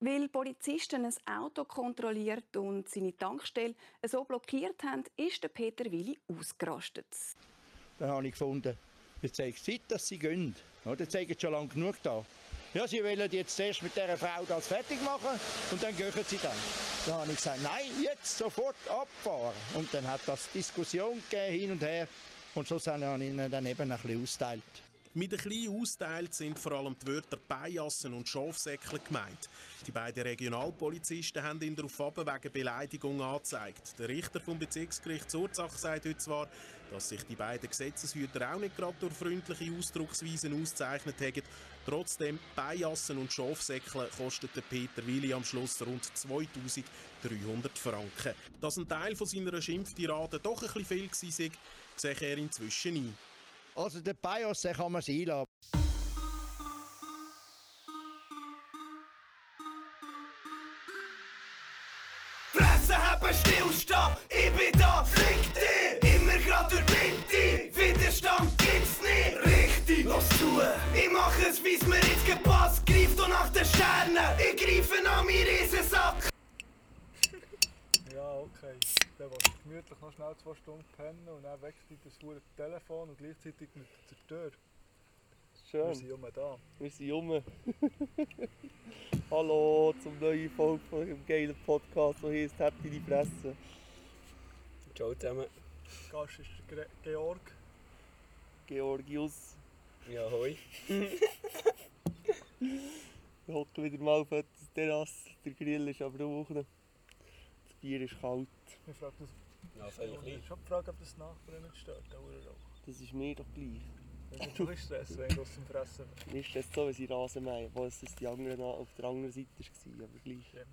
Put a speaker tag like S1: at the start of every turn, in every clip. S1: Weil Polizisten ein Auto kontrolliert und seine Tankstelle so blockiert haben, ist der Peter Willi ausgerastet.
S2: Dann habe ich gefunden, jetzt zeigt es Zeit, dass sie gehen. Oder zeigen schon lange genug da. Ja, sie wollen jetzt erst mit dieser Frau das fertig machen und dann gehen sie dann. Dann habe ich gesagt, nein, jetzt sofort abfahren. Und dann hat das Diskussion gegeben, hin und her. Und schlussendlich habe ich ihnen dann eben ein bisschen austeilt.
S3: Mit ein bisschen austeilt sind vor allem die Wörter Beiassen und Schafsäckle gemeint. Die beiden Regionalpolizisten haben ihn darauf wegen Beleidigung angezeigt. Der Richter vom Bezirksgericht Zurzach sagt heute zwar, dass sich die beiden Gesetzeshüter auch nicht gerade durch freundliche Ausdrucksweisen ausgezeichnet haben. Trotzdem, Beiassen und Schafsäckle kosteten Peter Willi am Schluss rund 2300 Franken. Dass ein Teil von seiner Schimpftirade doch ein bisschen viel gewesen sei, sehe er inzwischen ein.
S2: Also den BIOS den kann man es einladen.
S4: Fresse haben, stillstehen, ich bin da, fick dich! Immer grad durch die Mitte, Widerstand gibt's nicht! Richtig, los zu! Ich mach es, wie's mir jetzt gepasst, greif doch nach den Sternen, ich greife an meinen Riesensack!
S5: Ja, okay. Dann willst du gemütlich noch schnell zwei Stunden pennen und dann weckt dich das verdammte Telefon und gleichzeitig mit der Tür. Wir sind
S6: Schön,
S5: immer da.
S6: wir sind rum. Hallo zum neuen Folge von dem geilen Podcast, der heisst «Habt ihr die Fresse?»
S7: Ciao zusammen.
S5: Gast ist der Gre- Georg.
S6: Georgius,
S7: Ja, hoi.
S6: wir hocken wieder mal auf der Terrasse. Der Grill ist am Rauchen. Das Bier ist kalt.
S5: Wir fragen das.
S7: Ja, völlig
S5: Ich
S7: nicht.
S5: habe gefragt, ob das Nachbarn nicht stört. Der Uhrerloch.
S6: Das ist mir doch gleich.
S5: Das ist ein bisschen Stress, wenn du aus dem Fressen bist.
S6: Mir ist das so, wenn sie Rasen mähen, obwohl es die anderen an- auf der anderen Seite war, aber gleich.
S5: Stimmt.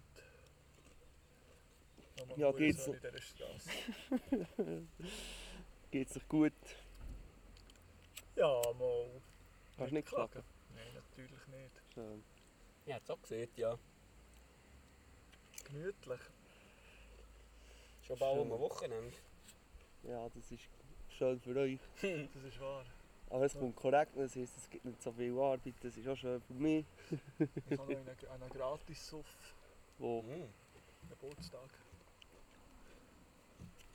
S6: Ja, geht's
S5: In dieser Straße.
S6: Geht's euch gut?
S5: Ja, mal.
S6: Kannst nicht klagen?
S5: Nein, natürlich nicht.
S6: Schön.
S7: Ich hab's auch gesehen, ja.
S5: Gemütlich.
S7: Schon bald
S6: Schön.
S7: am Wochenende.
S6: Ja, das ist schön für euch.
S5: Das ist wahr.
S6: Aber es kommt korrekt, das heisst, es gibt nicht so viel Arbeit. Das ist auch schön für mich.
S5: Ich habe noch einen, einen Gratis-Suff.
S6: Wo
S7: Mhm.
S5: Einen Geburtstag.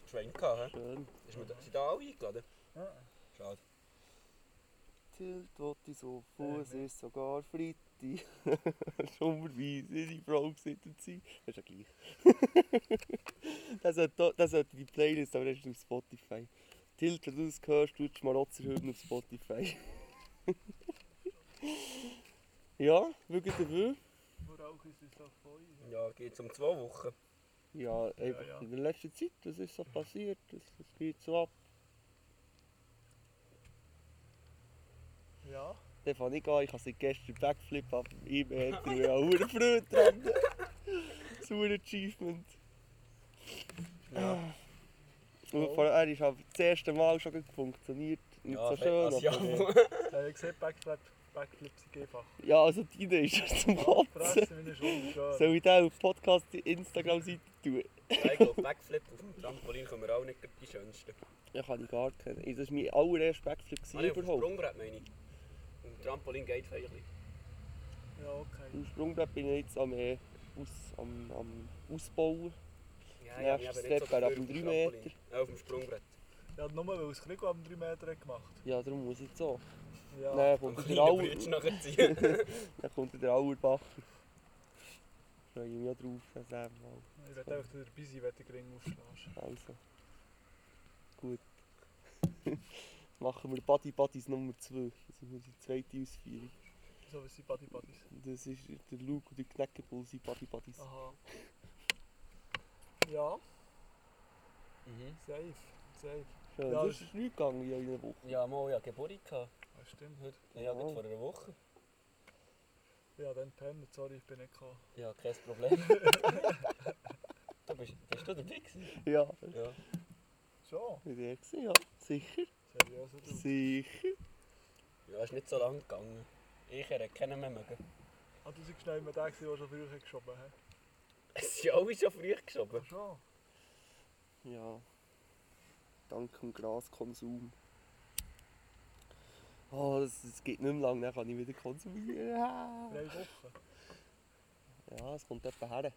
S7: Schwein gehabt, hä?
S6: schön.
S7: Ist mir da- Sind da alle eingeladen?
S5: Ah.
S7: Schade.
S6: Tilt, was ich so vor,
S5: Äh,
S6: es
S5: nee.
S6: ist sogar Freitag. Schummerweise, ihre Frau gesittet sein. Das ist ja gleich. das, sollte, da- das sollte die Playlist, aber das ist auf Spotify. Tilt, wenn du das hörst, tut Schmarotzerhüben auf Spotify. ja, wirklich dafür.
S5: Nur auch ist es auch voll.
S7: Ja, geht's um zwei Wochen.
S6: Ja, einfach
S5: ja.
S6: in der letzten Zeit, was ist so passiert, das, das geht so ab.
S5: Ja.
S6: Dann fange ich an, ich habe seit gestern Backflip ab dem E-Mail, ich bin ja verdammt Freude dran. Sauer Achievement. Ah.
S7: Ja.
S6: Und vor allem, er ist aber das erste Mal schon gut funktioniert. Nicht
S7: Ja,
S6: so schön,
S7: also, ja.
S6: aber...
S5: Äh, ich sehe Backflip, Backflip sind einfach.
S6: Ja, also deine ist schon zum Kotzen.
S5: Fressen, meine Schule schon.
S6: Soll ich den auf die Podcast-Instagram-Seite tun?
S7: Ja, Ich glaube, Backflip auf dem Trampolin können wir auch nicht gerade die schönsten.
S6: Ja, kann ich gar kennen. Das war mein allererster Backflip
S7: Ah, nee, auf dem
S6: überhaupt.
S7: Sprungbrett meine ich. Auf dem Trampolin geht's vielleicht.
S5: Ja, okay.
S6: Im Sprungbrett bin ich jetzt am, äh, aus, am, am Ausbauen. Nächster
S7: Ja, ich bin
S6: Step
S7: nicht so
S6: wäre ab
S7: dafür
S6: dem
S7: auf dem
S6: 3 Meter.
S7: Trampolin. Ja, auf dem Sprungbrett.
S5: Ja, nur weil es Krieg am 3 Meter hat gemacht
S6: Ja, darum muss ich jetzt auch.
S5: Ja.
S6: Dann
S7: Und
S6: kommt der
S7: kleine
S6: Auer...
S7: Brötchen nachher ziehen.
S6: Dann kommt der Auerbacher. Freue ich mich auch drauf, dass er mal...
S5: Ich werde einfach dabei sein, wenn du den Ring aufschlägst.
S6: Also. Gut. Machen wir Buddy Buddies Nummer 2. Das ist unsere zweite Ausführung.
S5: So wie sie Buddy Buddies.
S6: Das ist der Luke und der Knäckebull sind Buddy Buddies.
S5: Aha. Ja,
S7: Mhm.
S5: safe. Safe.
S6: Schön.
S5: Ja,
S6: Ja,
S5: das-
S6: ist es nicht gegangen in einer Woche.
S7: Ja, mal ja Geburtstag gehabt.
S5: Ah, stimmt.
S7: Heute. Ja, gerade vor einer Woche.
S5: Ja, dann pennen. Sorry, ich bin nicht gekommen.
S7: Ja, kein Problem. du bist, bist du dabei gewesen?
S6: Ja.
S7: Ja.
S5: Schon?
S6: Mit dir gesehen, ja. Sicher.
S5: Seriös oder?
S6: Sicher.
S7: Ja, ist nicht so lang gegangen. Ich hätte keinen mehr mögen.
S5: Ah, du warst schnell mit dem, gewesen, der schon früher hat geschoben hat.
S7: Es sind alle schon früh geschoben.
S5: Ach, schon?
S6: Ja. Dank dem Graskonsum. Ah, Oh, das, das geht nicht mehr lang, dann kann ich wieder konsumieren.
S5: Drei Wochen.
S6: Ja, Ah, es kommt etwa her.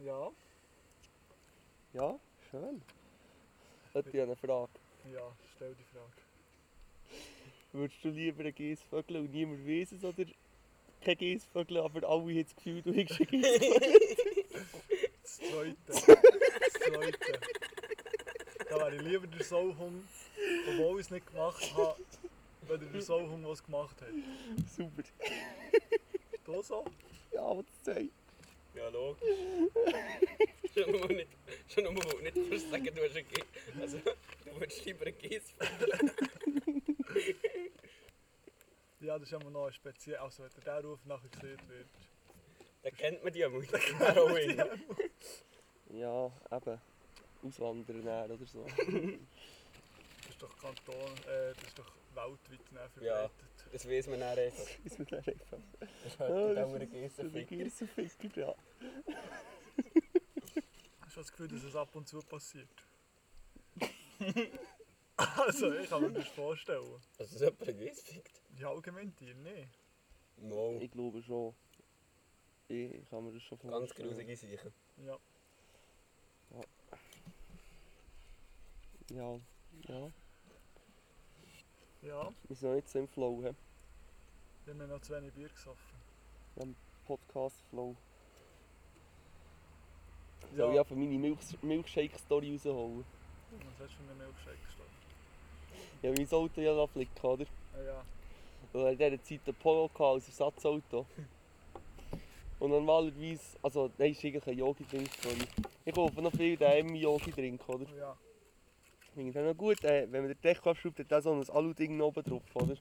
S5: Ja,
S6: Ja, schön. Hätte ich eine Frage.
S5: ja, stell die Frage.
S6: Würdest du lieber einen Geissvögel und niemand weiss es, oder kein Geissvögel, aber alle haben das Gefühl, du hättest einen Geissvögel?
S5: Das zweite. Das zweite. Da wäre ich lieber der Sauhund, obwohl ich es nicht gemacht habe, wenn der Sauhund was gemacht hat.
S6: Super.
S5: Du so?
S6: Ja, was zeigt.
S7: Ja, logisch. schon nur nicht, schon nur nicht würdest sagen, du hast einen Ge also, du würdest lieber einen Geissvogel.
S5: Ja, das ist immer noch speziell. Also, wenn der Ruf nachher gesehen wird.
S7: Da kennt man die ja mal. Halloween.
S6: Ja, eben. Auswandern dann oder so.
S5: Das ist doch Kanton, äh, das ist doch weltweit dann
S7: Ja.
S5: verbreitet.
S7: Das weiß man dann einfach.
S6: Ist mir dann einfach.
S7: Das ist
S6: Oh,
S7: halt
S6: das
S7: auch ein
S6: So ein
S7: Geissenfick.
S6: Geissvögel, ja.
S5: Hast du das Gefühl, dass es ab und zu passiert? also, ich kann mir das vorstellen.
S7: Also, so jemand einen Geissfick?
S5: Ja, allgemein dir nicht.
S7: Wow.
S6: Ich glaube schon. Ich kann mir das schon vorstellen.
S7: Ganz grusige Sachen.
S5: Ja.
S6: Ja, ja.
S5: Ja,
S6: Wir sind noch nicht so im Flow, hä?
S5: wir haben noch zu wenig Bier gesoffen.
S6: Podcast-Flow.
S5: Ja.
S6: Soll ich einfach meine Milch Milkshake-Story rausholen?
S5: Was hast du für einen Milkshake geschlagen?
S6: Ja, mein Auto ja noch flicken, oder?
S5: Ah, ja.
S6: Weil er in dieser Zeit ein Polo hatte als Ersatzauto. Und normalerweise, also nein, ist eigentlich ein Yogi-Drink, sorry. Ich kaufe noch viel den M-Yogi-Drink, oder?
S5: Oh, ja.
S6: Ich finde noch gut, äh, wenn man den Deckel abschraubt, hat er so ein Alu-Ding noch oben drauf, oder?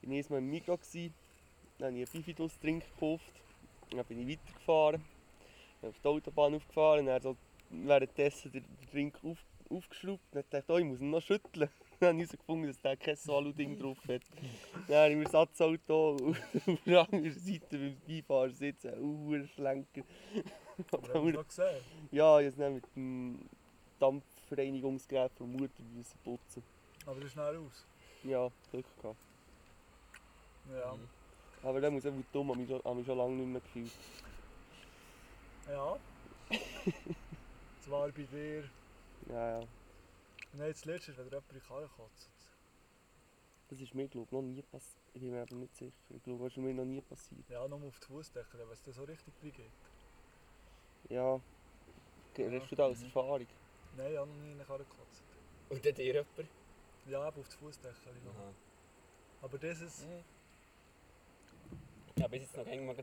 S6: Bin ich erstmal im Migros, gewesen, dann habe ich einen Bifidus-Drink gekauft, dann bin ich weitergefahren, bin auf die Autobahn aufgefahren, dann so währenddessen den den Drink auf, aufgeschraubt, dann dachte ich, oh, ich muss ihn noch schütteln. Dann habe ich herausgefunden, dass der kein so Alu-Ding drauf hat. Dann habe ich im Ersatzauto auf der anderen Seite beim Beifahrersitz einen Uhrenschlenker.
S5: Aber haben wir noch gesehen?
S6: Ja, jetzt nicht mit dem Dampfreinigungsgerät von Mutter müssen putzen.
S5: Aber das ist schnell aus.
S6: Ja, Glück gehabt.
S5: Ja.
S6: Aber der muss einfach dumm, habe ich schon, hab ich schon lange nicht mehr gefühlt.
S5: Ja. Zwar bei dir.
S6: Ja, ja.
S5: Nein, das letzte ist, wenn dir jemand in die Karre kotzt.
S6: Das ist mir, glaube ich, noch nie passiert. Ich bin mir aber nicht sicher. Ich glaube, das ist mir noch nie passiert.
S5: Ja, nur auf die Fußdecke, wenn es dir so richtig reingeht.
S6: Ja. Ge- Hast du da als Erfahrung?
S5: Nein, ich habe noch nie in eine Karre gekotzt.
S7: Und dann dir jemand?
S5: Ja, aber auf die Fußdecke.
S7: Aha.
S5: Aber das ist...
S7: Ich habe bis jetzt noch immer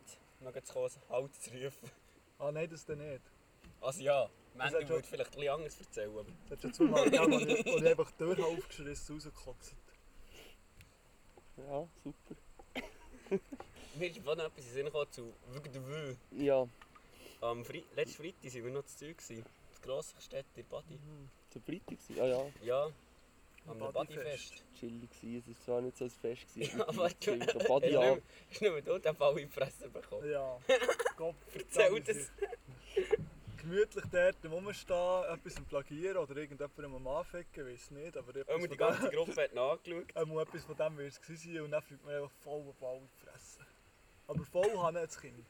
S7: noch zu Hause Halt zu rufen.
S5: Ah nein, das dann nicht.
S7: Also ja,
S5: hat
S7: Mandy
S5: schon-
S7: würde vielleicht ein bisschen anders erzählen, aber...
S5: Das hat schon zweimal gegeben, wo ich, wo ich einfach die Tür aufgeschrissen rausgekotzt.
S6: Ja, super.
S7: Mir ist vorhin etwas in den Sinn gekommen zu «Wugdewö».
S6: Ja,
S7: Am Fre letzten Freitag waren wir noch zu Zeug. gewesen. Das grosse Städte in Badi.
S6: zu Freitag war Ah ja,
S7: Ja, am
S5: Badifest.
S7: Badifest.
S6: chillig war es. Es war zwar nicht so ein Fest. gewesen,
S7: Ja, aber du-
S6: chillig, aber
S7: Hast
S6: Body
S7: du
S6: an.
S7: nicht- hast du nicht mehr den Ball in die Fresse bekommen?
S5: Ja. Gott
S7: Erzähl
S5: verdammt.
S7: das.
S5: Gemütlich dort rumstehen, etwas am plagieren oder irgendjemandem am Anficken, weiß nicht. Aber etwas
S7: Und
S5: von dem,
S7: die ganze Gruppe hat nachgeschaut.
S5: ähm, etwas von dem wird es gewesen sein und dann fühlt man einfach voll einen Ball in die Fresse. Aber voll habe ich das Kind.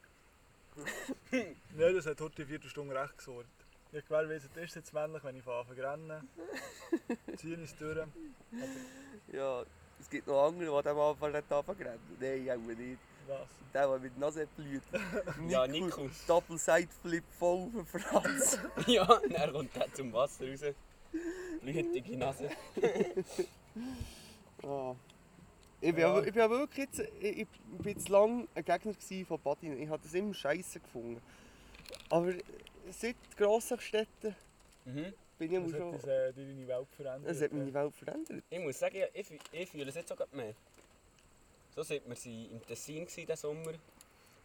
S5: Nein, das hat heute die Viertelstunde recht gesorgt. Ich habe gewählt, es ist jetzt männlich, wenn ich von Anfang rennen. Ziehen ist durch.
S6: Ja, es gibt noch andere, die am Anfang nicht anfangen rennen. Nein, auch nicht.
S5: Was?
S6: Der, der mit der Nase blüht. Ah,
S7: Ja, Nico.
S6: Double Side Flip voll auf den Franz.
S7: Ja, dann kommt der zum Wasser raus. Blutige Nase.
S6: Ah. Ich, bin
S5: Ja.
S6: ja. ich bin ja wirklich jetzt, ich, ich bin jetzt lange ein Gegner gewesen von Patin. Ich habe das immer scheiße gefunden. Aber seit grossen Städten
S7: Mhm.
S5: Das
S6: bin ich immer
S5: hat das,
S6: schon.
S5: äh, deine Welt verändert.
S6: Es hat meine Welt verändert.
S7: Ich muss sagen, ja, ich, fü- ich fühle es jetzt sogar mehr. So sind wir sie im Tessin gsi diesen Sommer.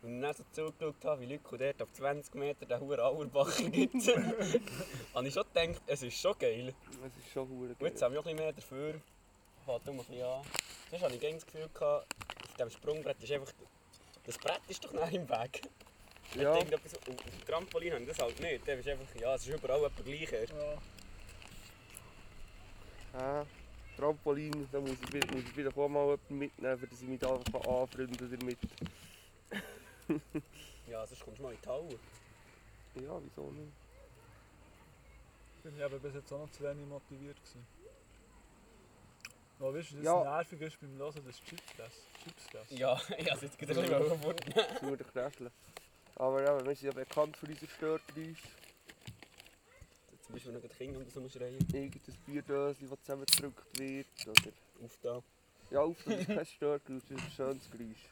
S7: Und dann so zugeschaut habe, wie Leute dort auf 20 Meter den hohen Auerbacher gibt. habe ich schon gedacht, es ist schon geil.
S6: Es ist schon hure
S7: Und jetzt
S6: geil.
S7: haben wir auch ein bisschen mehr dafür. Fällt um ein bisschen an. Sonst hatte ich immer das Gefühl, gehabt, auf diesem Sprungbrett ist einfach... Das Brett ist doch nicht im Weg.
S6: Ja,
S7: Irgendetwas- Auf auf dem Trampolin haben wir das halt nicht. Da ist einfach, ja, es ist überall etwa gleicher.
S5: Ja.
S6: ah, Trampolin, da muss ich, wieder- muss ich vielleicht auch mal jemanden mitnehmen, damit ich mich da anfreunden kann damit.
S7: Ja, sonst kommst du mal in die Halle.
S6: Ja, wieso nicht?
S5: Bin ich eben bis jetzt auch noch zu wenig motiviert gewesen. Aber weißt du, was
S6: Ja.
S5: nervig ist beim Hören, das Chipsgas. Chipsgas.
S7: Ja, ich habe jetzt gerade schon mal vorgenommen.
S6: Das ist nur der Knäschel. Aber eben, wir sind ja bekannt für unsere Störgeräusche.
S7: Jetzt bist du noch ein Kind und so schreien.
S6: Irgendein Bierdöschen, das zusammengedrückt wird. Oder
S7: Auf da.
S6: ja, auf, das ist kein Störgeräusch, das ist ein schönes Geräusch.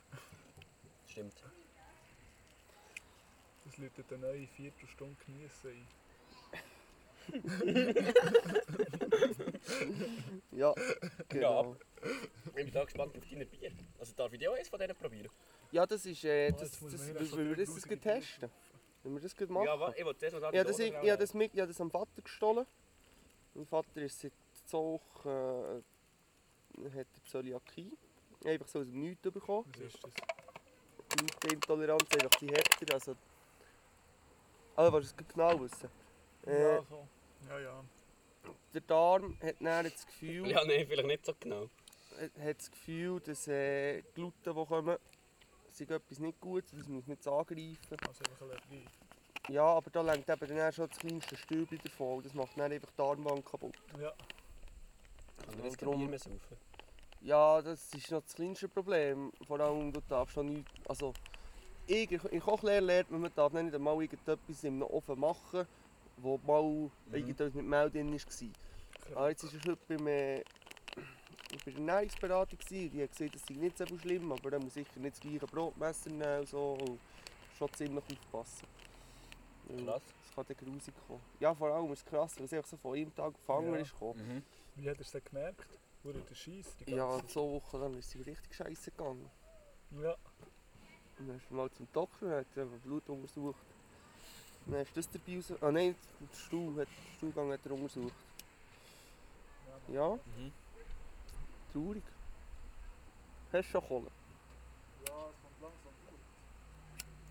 S7: Stimmt.
S5: Das läutet eine neue Viertelstunde genießen ein.
S6: Ja, genau.
S7: Ich bin da gespannt auf deine Bier. Also darf ich dir auch eins von denen probieren?
S6: Ja, das ist. Äh,
S5: Oh,
S6: das,
S5: jetzt
S6: das,
S5: muss
S6: das,
S5: man
S6: das,
S5: wieder
S6: wollen wir
S5: so
S6: das jetzt gleich testen? Wenn wir das gleich machen?
S7: Ja, wa- ich wollte zuerst mal da
S6: Ja, das,
S7: Dose
S6: ich,
S7: drauf
S6: ich, habe das, mit- ich habe das am Vater gestohlen. Mein Vater ist seit zwei Wochen. Äh, hat er Zöliakie. Einfach so aus dem Nichts bekommen.
S5: Was ist das?
S6: Intoleranz einfach die Hektar. Also, also was es genau wissen. Äh,
S5: Ja, so. Ja, ja.
S6: Der Darm hat dann das Gefühl,
S7: Ja, nein, vielleicht nicht so genau.
S6: hat hat das Gefühl dass äh, die Gluten, die kommen, sind etwas nicht gut, das muss nicht angreifen.
S5: Also einfach Allergie.
S6: Ja, aber da lenkt eben dann schon das kleinste Stübli davon und das macht dann einfach die Armwand kaputt.
S5: Ja.
S7: Kann
S6: Ja,
S7: man jetzt Also, kein
S6: drum.
S7: Bier mehr saufen?
S6: Ja, das ist noch das kleinste Problem. Vor allem, du darfst noch nichts... Also, ich, in Kochlehre lernt man, man darf nicht einmal irgendetwas im Ofen machen, wo mal irgendetwas mit Mehl drin war. Aber jetzt war ich heute beim, äh, bei der Ernährungsberatung gewesen und die hat gesehen, das sei nicht so viel schlimm, aber er muss sicher nicht das gleiche Brotmesser nehmen und so. Und schon ziemlich aufpassen. Weil
S7: Krass.
S6: Es kann dann grusig kommen. Ja, vor allem ist es krass, weil es einfach so von einem Tag auf den anderen
S5: Ja.
S6: ist gekommen.
S5: Wie hat er es denn gemerkt? Wurde der Scheiß? Die
S6: Ja,
S5: ganze-
S6: zwei Wochen lang ist es richtig scheiße gegangen.
S5: ja.
S6: Und Dann ist er mal zum Doktor, hat er einfach Blut untersucht. Dann ist das dabei raus... Ah nein, der Stuhl hat, der Stuhlgang hat er untersucht. Ja.
S7: Mhm.
S6: Traurig. Hast du schon Kohle?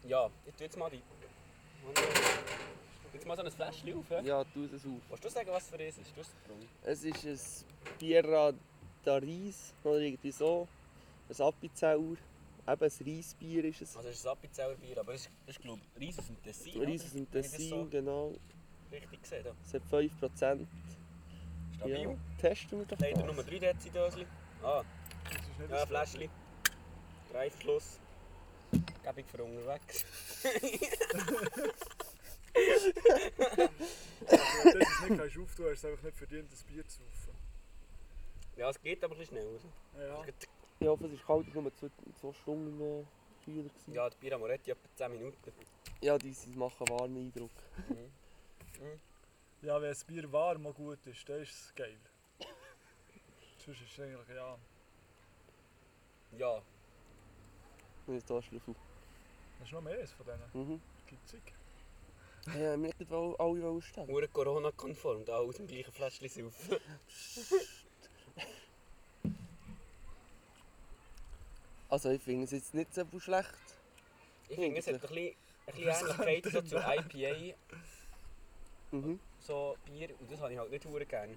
S7: Ja, ich tue jetzt mal die... Jetzt mal so ein Fläschchen auf. Ja.
S6: Ja, tu es auf.
S7: Willst du sagen, was für eins ist? Du hast es getrunken.
S6: Es ist ein Bierra d'Aris oder irgendwie so. Ein Appenzeller. Eben ein Reisbier ist es.
S7: Also es ist ein Appenzellerbier, aber es ist, es ist glaube ich, Reis aus dem Tessin.
S6: Reis aus dem
S7: oder? Habe ich das
S6: Tessin, genau.
S7: So richtig gesehen, da.
S6: Es hat 5%.
S7: Stabil.
S6: Ja, testen wir doch
S7: Leider
S6: mal.
S7: nur 3 Dezidösli. Ah,
S5: Das ist nicht
S7: ja,
S5: das-
S7: Fläschchen. Reifschluss. Gebe ich für unterwegs.
S5: Also, Wenn du das nicht kannst auftun, hast du es einfach nicht verdient, das Bier zu saufen.
S7: Ja, es geht aber ein bisschen schneller.
S5: Ja.
S6: Ich hoffe, es ist kalt, es war nur 2 Stunden äh, kühler. gewesen.
S7: Ja, die Bier Amoretti etwa 10 Minuten.
S6: Ja, die sind- machen einen warmen Eindruck.
S5: Ja, wenn das Bier warm und gut ist, dann ist es geil. Sonst ist es eigentlich, ja,
S7: Ja,
S6: Und jetzt hier Schlüssel.
S5: hast du noch mehr von denen?
S6: Mhm.
S5: Gibt's es?
S6: Ja, wir hätten wohl alle wollen stellen.
S7: nur Corona-konform, da aus dem gleichen Fläschchen saufen.
S6: Also ich finde es jetzt nicht so viel schlecht.
S7: Ich finde, es hat ein bisschen, ein bisschen Ähnlichkeit so zu IPA,
S6: Mhm.
S7: so Bier. Und das habe ich halt nicht hure gerne.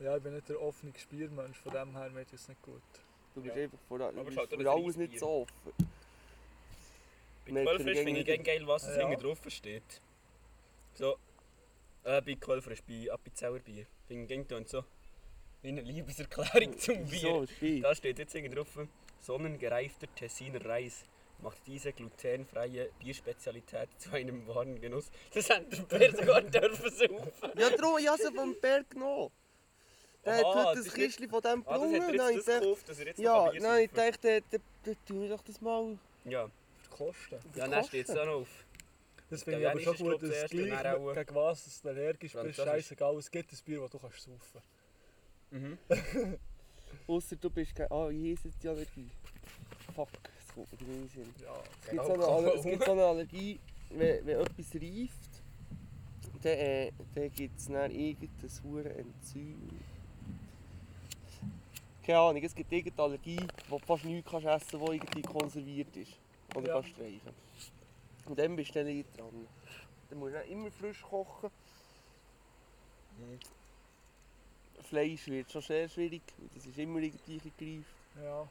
S5: Ja, ich bin nicht der offene Spiermensch, von dem her wird es nicht gut.
S6: Du bist
S7: Ja.
S6: einfach vor, du
S7: es
S6: bist
S7: halt auch
S6: für
S7: ein
S6: alles nicht
S7: Reisbier.
S6: so offen.
S7: Bei
S6: Merkt ihr
S7: Quellfrisch finde ich
S6: gegen-
S7: gegen geil, was es
S5: Ja.
S7: hinten drauf steht. So, äh, bei Quellfrisch, bei Appenzeller Bier. Finde ich gegen so wie eine Liebeserklärung zum Bier.
S6: So, shit.
S7: Da steht jetzt hinten drauf, sonnengereifter Tessiner Reis macht diese glutenfreie Bierspezialität zu einem wahren Genuss. Das hat der Bär sogar dürfen saufen.
S6: Ja, darum, ich habe sie vom Berg genommen. Der
S7: Aha,
S6: hat heute
S7: das
S6: das
S7: ist-
S6: Kistchen von dem
S7: Ah, das
S6: Blumen.
S7: hat er
S6: Nein, ich
S7: jetzt das
S6: dachte,
S7: gekauft, dass er jetzt
S6: ja,
S7: noch Bier
S6: nein, ich
S7: saufen.
S6: dachte, dann dann tun wir doch das mal.
S7: Ja,
S5: Für die Kosten.
S7: ja dann steht es auch noch auf.
S5: Das
S7: Der
S5: finde ich aber
S7: Janis
S5: schon
S7: ist, glaub,
S5: gut, dass
S7: zuerst
S5: es
S7: und
S5: gleich,
S7: dann auch-
S5: gegen was dass du allergisch
S7: Wenn
S5: bist,
S7: das ist-
S5: scheißegal, es gibt ein Bier, das du kannst saufen
S7: Mhm.
S6: Außer du bist kein. Ah, wie heisst jetzt die Allergie? Fuck, das kommt mir nicht in den Sinn.
S5: Ja,
S6: Es
S7: Genau.
S6: gibt so eine, Aller- es gibt so eine Allergie, wenn, wenn etwas reift, dann, äh, dann gibt es dann irgendein hure Enzym. Keine Ahnung, es gibt irgendeine Allergie, wo du fast nichts kannst essen kannst, die irgendwie konserviert ist. Oder
S5: Ja.
S6: kannst streichen. Und dann bist du dann nicht dran. Dann musst du dann immer frisch kochen. Fleisch wird schon sehr schwierig, weil das ist immer irgendwie ein bisschen gereift.
S5: ja.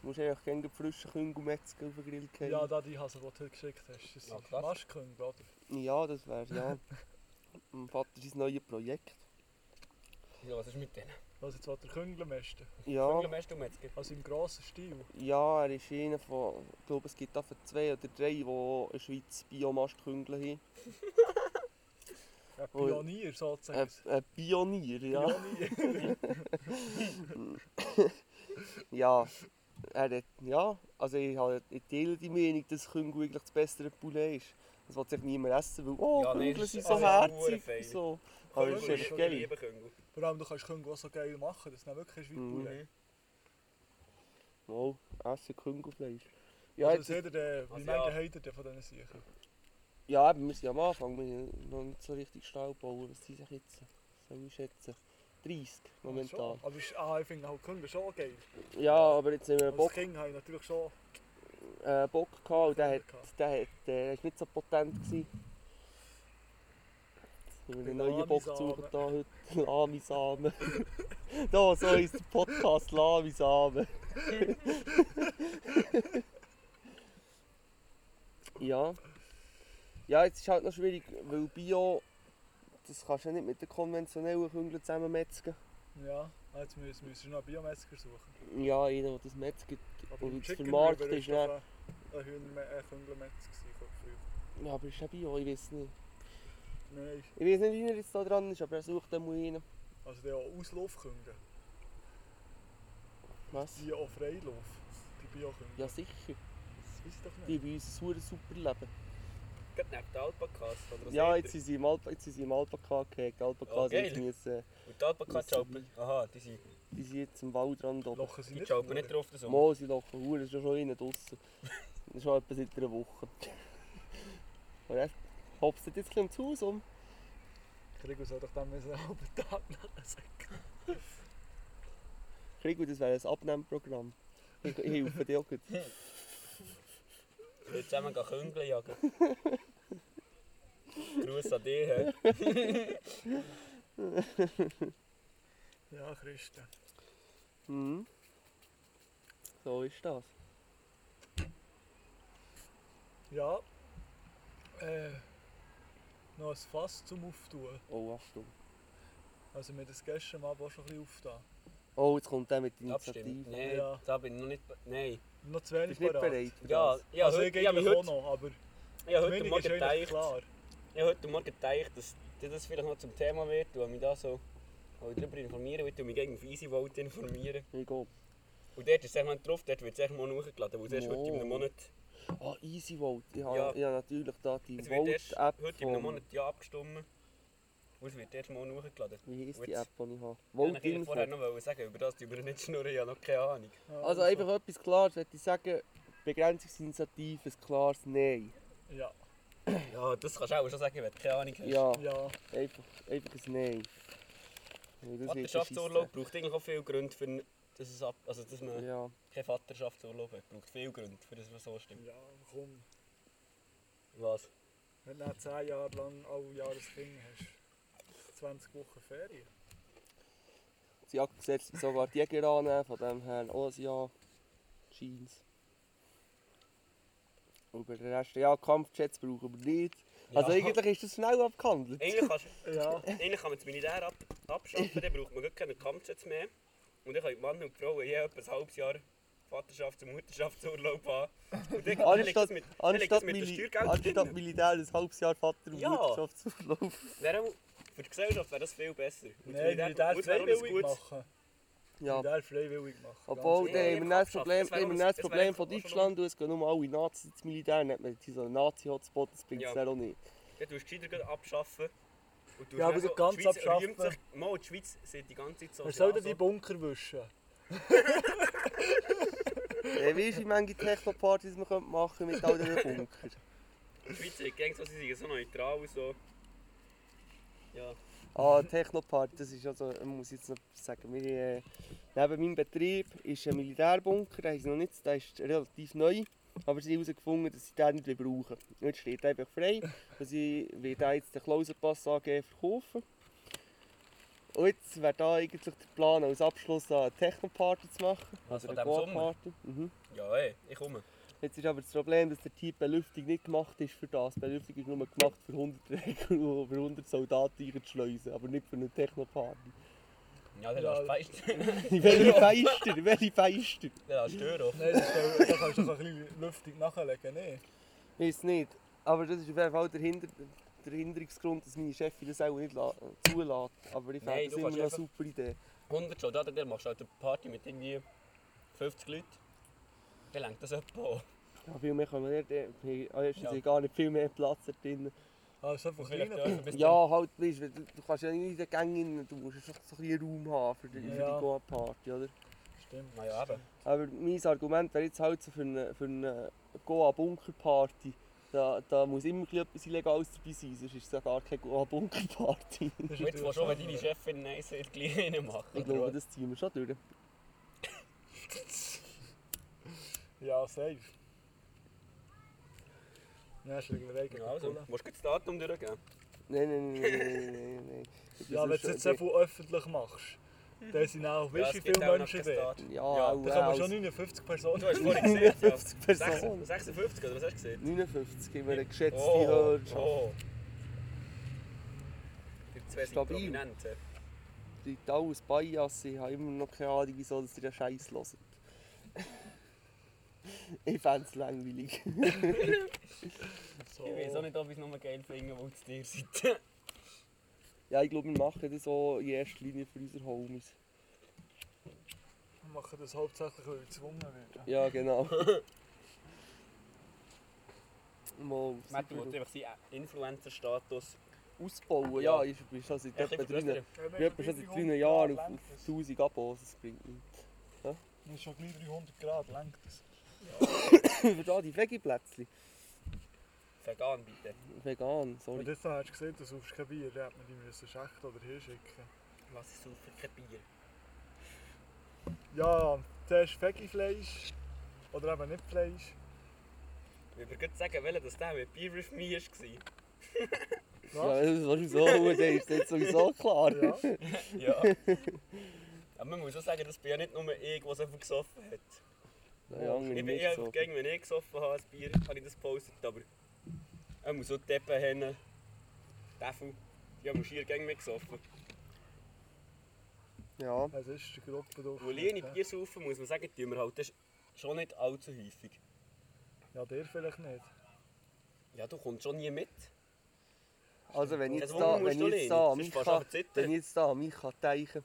S6: Du musst eigentlich gerne frischen Küngelmetzger auf den Grill gehen.
S5: Ja, da die Hase, die du heute geschickt hast. Das
S7: Ja,
S5: sind
S7: klar.
S5: Maschkönig, oder?
S6: ja, das wäre ja. mein Vater sein neues Projekt.
S7: Ja, was ist mit denen?
S5: Was jetzt will der Küngel mästen.
S6: Ja,
S7: Vögel, du Metzger?
S5: Also im grossen Stil.
S6: ja, er ist einer von, ich glaube es gibt einfach zwei oder drei, die in der Schweiz Biomastküngel haben.
S5: Ein
S6: Oh.
S5: Pionier sozusagen.
S6: Ein,
S7: Äh.
S6: ein Pionier, ja. ja, er hat, ja, also ich, habe, ich teile die Meinung, dass Küngel eigentlich das bessere Poulet ist. Das will sich niemand essen, weil oh,
S7: Ja,
S6: ja,
S7: nee,
S6: Küngel
S7: das
S6: sind
S7: ist
S6: so
S7: also auch
S6: herzig
S7: verdammt
S6: und so. Aber das ist
S5: Küngel ist
S6: echt geil.
S5: Vor allem, du kannst Küngel auch so geil machen, dass es dann wirklich ist wie
S6: Mhm.
S5: Poulet.
S6: Wow, essen Küngelfleisch.
S5: Ja,
S6: Ja,
S5: also, seht
S6: jetzt,
S5: ihr, wie
S7: Also
S5: lange habt
S7: ja.
S5: ihr denn von diesen Sichern?
S6: ja eben, wir sind am Anfang, wir haben noch nicht so richtig Stall bauen. Was sind sich jetzt? Soll ich schätzen? 30 momentan.
S5: Aber es ist- ah, ich finde halt Küngel schon geil.
S6: Ja, aber jetzt haben wir einen
S5: Als
S6: Bock,
S5: Kind habe ich natürlich schon...
S6: äh, Bock gehabt und der, hat,
S5: Küngel gehabt.
S6: der, hat, äh, ist nicht so potent. Gewesen. Jetzt haben wir einen neuen Bock
S5: Lamisamen.
S6: gesucht da heute. Lamisamen. da, so ist der Podcast Lamisamen. ja. Ja, jetzt ist halt noch schwierig, weil Bio, das kannst du ja nicht mit den konventionellen Küngeln zusammenmetzgen.
S5: Ja, ah, jetzt müssen müssen wir noch einen Biometzger suchen.
S6: Ja, einer, der das metzgt.
S5: Aber
S6: Und
S5: im
S6: jetzt der
S5: Chicken
S6: Markt
S5: River
S6: ist
S5: doch
S6: dann...
S5: ein- ein Hühnerme- ein Küngelmetzger gewesen von früher.
S6: Ja, aber ist ja Bio, ich weiß nicht.
S5: Nein,
S6: Ich weiß nicht, wie er jetzt da dran ist, aber er sucht einmal einen.
S5: also der auch Auslaufküngel.
S6: Was?
S5: Die auch Freilauf. Die Bioküngel.
S6: Ja, sicher.
S5: Das weiss ich doch
S6: Die
S5: nicht.
S6: haben bei uns ein super Leben.
S7: Gerade neben der Alpakas. oder was
S6: Ja,
S7: sagt
S6: jetzt
S7: ihr?
S6: sind sie im, Alp jetzt sind sie im Alpaka gehackt. Die
S7: Oh,
S6: Alpakas
S7: geil.
S6: jetzt müssen,
S7: Und die Alpaka-Chaupen? Aha, die sind...
S6: die sind jetzt am Waldrand oben.
S5: Lochen sie
S7: Die
S5: nicht.
S7: Chaupen
S5: nur.
S7: nicht drauf, das
S6: Mal, sie lachen Huren, das ist ja schon innen draussen. Das ist schon etwa seit einer Woche. Und er hopst jetzt ein bisschen ums Haus um.
S5: Gregor soll doch dann müssen einen halben Tag nachsagen.
S6: Krieg, das wäre ein Abnehmprogramm. Ich ich helfe dir auch gut.
S7: Wir zusammen gehen Küngle jagen. Gruß an dich. hä?
S5: Ja, Christen.
S6: Mhm. So ist das.
S5: Ja. nou, Äh, noch ein Fass zum Auftun.
S6: Oh, Achtung.
S5: Also wir haben das gestern Abend auch schon ein bisschen aufgetan.
S6: Oh, jetzt kommt der mit der
S7: Abstimmen.
S6: Initiative.
S7: Nein,
S5: Ja.
S7: da bin ich noch nicht... be- Nein.
S5: Noch zu
S6: Bist
S5: wenig
S6: du nicht
S5: parat.
S6: bereit? für
S7: Ja,
S6: das?
S7: ja,
S5: also
S7: heute,
S5: ich
S7: ja,
S5: eigentlich auch
S7: heute,
S5: noch, aber
S7: ja,
S5: die
S7: heute
S5: Meinung
S7: Morgen
S5: ist eigentlich
S7: gedacht,
S5: klar.
S7: Ich habe heute Morgen gedacht, dass das vielleicht noch zum Thema wird und mich da so auch darüber informieren will und mich gegen Easy Vote informieren.
S6: Ich gehe.
S7: Und dort ist es echt drauf, dort wird es echt mal hochgeladen, weil es erst heute in einem
S6: Wow.
S7: Monat,
S6: Ah, Easy Vote. Ich habe,
S7: Ja.
S6: ich habe natürlich da die
S7: es wird erst
S6: Vote-App.
S7: heute in einem
S6: vom-
S7: Monat ja abgestimmt und es wird erst mal hochgeladen.
S6: Wie heisst die
S7: Jetzt-
S6: App, die ich habe?
S7: Ich wollte eigentlich
S6: Vote-Info.
S7: vorher noch wollen sagen, über das über nicht schnurren, ich habe noch keine Ahnung.
S5: Ja,
S6: Also einfach etwas Klares würde ich sagen. Begrenzungsinitiative, ein klares Nein.
S5: Ja,
S7: Ja, das kannst du auch schon sagen, wenn du keine Ahnung hast.
S6: Ja,
S5: ja.
S6: einfach, einfach ein Nein. Weil das wird
S7: Vaterschaftsurlaub braucht eigentlich auch viel Gründe, für, dass, es ab, also, dass
S6: beschissen.
S7: man
S6: Ja,
S7: keinen Vaterschaftsurlaub hat. braucht viel Gründe, für das man so stimmt.
S5: Ja, komm.
S7: Was?
S5: Wenn du dann 10 Jahre lang alle Jahre ein Kind hast, 20 Wochen Ferien.
S6: das Jagdgesetz will sogar die Jäger annehmen, von dem her auch ein Ja. Jeans. Über den Rest, ja, Kampfjets brauchen wir nicht. Also
S7: Ja.
S6: eigentlich ist das schnell abgehandelt.
S7: Eigentlich kannst
S5: Ja.
S7: Eigentlich kann man das Militär ab abschaffen, dann braucht man gar keinen Kampfschutz mehr. Und dann können die Männer und die Frauen je etwa ein halbes Jahr Vaterschafts- und Mutterschaftsurlaub haben. Und dann, dann liegt
S6: Anstatt,
S7: das mit, dann liegt das
S6: anstatt,
S7: mit dem
S6: Mili
S7: Steuergeld
S6: anstatt
S7: drin.
S6: Militär ein halbes Jahr Vater- und
S7: Ja.
S6: Wirtschaftsurlaub.
S7: Wäre auch- Für die Gesellschaft wäre das viel besser. Und das
S5: Nein, wir
S7: und
S5: dürfen
S7: es wäre auch ein
S5: freiwillig
S7: gutes-
S5: machen.
S6: Ja,
S5: Wir dürfen freiwillig machen.
S6: Obwohl,
S7: Ja,
S6: dann haben
S7: ich
S6: wir
S7: hab's
S6: dann das
S7: geschafft.
S6: Problem,
S7: Es wäre
S6: haben wir
S7: auch-
S6: dann das
S7: es wäre
S6: Problem
S7: auch
S6: von
S7: schon
S6: Deutschland, und es gehen nur alle Nazis ins Militär, nicht mehr so einen Nazi-Hotspot, das bringt es
S7: Ja.
S6: dann auch nicht.
S7: Dann tust du es gescheiter abschaffen. Und tust
S5: Ja, aber
S7: dann
S5: so
S7: so-
S5: ganz
S7: die Schweiz
S5: abschaffen.
S7: rühmt Sich, mal, die Schweiz sieht die ganze Zeit so
S5: Wer soll denn die Bunker wischen?
S6: Äh, wie ist die Menge Techno-Partys, die wir können machen mit all diesen Bunkern?
S7: Die Schweiz sieht gängig so, sie sind so neutral und so. Ja.
S6: Ah, Techno-Party, das ist also, ich muss jetzt noch sagen, wir, äh, neben meinem Betrieb ist ein Militärbunker, der ist noch nicht, der ist relativ neu, aber sie haben herausgefunden, dass sie den nicht brauchen. Jetzt steht er einfach frei, und sie wird jetzt den Klausenpass AG verkaufen. Und jetzt wäre da eigentlich der Plan, als Abschluss eine Techno-Party zu machen.
S7: Was,
S6: oder
S7: von diesem Sommer?
S6: Go-Party. Mhm.
S7: Ja, ey, ich komme.
S6: Jetzt ist aber das Problem, dass der Typ Belüftung nicht gemacht ist für das. Die Belüftung ist nur gemacht für 100 Träger und für 100 Soldaten einzuschleusen, aber nicht für eine Techno-Party.
S7: Ja, der lässt Feister.
S6: Welche Feister, welche Feister?
S7: Der lässt Tür offen.
S5: Nein, das ist doch- da kannst du doch ein bisschen Lüftung nachlegen, ne?
S6: Weiß nicht. Aber das ist auf jeden Fall der, Hinder der Hinderungsgrund, dass meine Chefin das auch nicht la- zulässt. Aber ich fände
S7: Nein, du
S6: das immer
S7: kannst
S6: noch eine
S7: einfach-
S6: super Idee.
S7: 100 Soldaten, der machst halt eine Party mit irgendwie 50 Leuten. Dann lenkt das jemand an.
S6: Ja, viel mehr können wir nicht. Ah, erstens
S7: Ja.
S6: ja. gar nicht viel mehr Platz da drin.
S5: Ah, so von
S7: Vielleicht
S5: kleinen
S7: auch ein bisschen.
S6: Ja, halt, weißt du, du du kannst ja nicht in den Gang rein, du musst einfach so ein bisschen Raum haben für die, für
S5: Ja.
S6: die Goa-Party, oder?
S5: Stimmt.
S7: Na ja, eben.
S6: Aber mein Argument wäre jetzt halt so für eine, für eine Goa-Bunker-Party. Da, da muss immer ein bisschen etwas Illegales dabei sein, sonst ist es ja gar keine
S5: Das
S6: Goa-Bunker-Party.
S5: ist
S7: Und Jetzt
S5: natürlich
S7: willst du auch, wenn
S5: schon-
S7: deine Chefin Nein sagt, gleich reinmachen.
S6: Ich glaube, das ziehen wir schon durch.
S5: Ja, safe. Ja, ist eine Regel.
S7: Ja, also, musst du das Datum durchgeben?
S6: Nein, nein, nein, nein, nein, nein, nein. Das
S5: ja, wenn du
S6: ist
S5: es jetzt
S6: schon-
S5: so viel öffentlich machst, dann sind auch, weißt du, wie
S7: es gibt
S5: viele
S7: auch noch
S5: Menschen
S7: kein
S5: da.
S7: Datum.
S6: Ja,
S7: Ja,
S5: Da kann man
S6: auch
S5: schon 59 Personen
S7: Du hast vorhin gesehen, ja.
S6: 50 Personen.
S7: 56 oder was hast du gesehen?
S6: 59 haben wir eine geschätzte
S7: Oh,
S6: Hörerschaft.
S7: oh. Die zwei sind
S6: Stabil.
S7: prominent. hä?
S6: Die alles Bias, ich habe immer noch keine Ahnung, wieso dass ihr den Scheiß hört. ich fände es langweilig.
S5: so.
S7: Ich weiß auch nicht, ob ich es nochmal geil finde, wo es dir seid.
S6: Ja, ich glaube, wir machen das so in erster Linie für unsere Homies.
S5: Wir machen das hauptsächlich, weil wir gezwungen werden.
S6: Ja, genau. Mal
S7: Man tut einfach seinen Influencer-Status.
S6: ausbauen, ja, ich bin schon seit
S7: Ja, ein
S6: etwa
S7: bisschen
S6: drinnen.
S5: Ja,
S6: Ich bin schon seit drei Jahren auf, auf 1000 Abos, das bringt nichts.
S5: Das ist schon gleich 300 Grad, lenkt das.
S6: Über da die Veggie-Plätzchen.
S7: Vegan bitte.
S6: Vegan,
S5: Und
S6: sorry.
S5: jetzt hast du gesehen, du suchst kein Bier, dann hätte man die müssen schächten oder hinschicken.
S7: Was ist auf für kein Bier?
S5: Ja, zuerst Veggie-Fleisch oder eben nicht Fleisch.
S7: Ich würde gerade sagen, wollen, dass der mit Bier auf mir war.
S6: Ja, das ist sowieso, das ist jetzt sowieso klar.
S5: Ja.
S7: Ja. Aber man muss auch sagen, das bin ja nicht nur ich, der so viel gesoffen hat.
S6: Nein, andere
S7: Ich bin
S6: nicht
S7: eher
S6: so.
S7: gegen, wenn ich gesoffen habe, ein Bier, habe ich das gepostet, aber... Er muss so die Deppen haben. Teffel. Die haben schier gegen mich gesoffen.
S6: Ja,
S5: Das ist die Gruppe drauf.
S7: Wo Liene Bier saufen, muss man sagen, tun wir halt das schon nicht allzu häufig.
S5: Ja, der vielleicht nicht.
S7: Ja, du kommst schon nie mit.
S6: also wenn ich
S7: Das
S6: jetzt
S7: Wunder
S6: da,
S7: musst
S6: wenn
S7: du
S6: ich
S7: lernen,
S6: jetzt da,
S7: sonst
S6: mich
S7: fährst du
S6: kann,
S7: aber zittern.
S6: wenn ich jetzt da, mich kann teichen.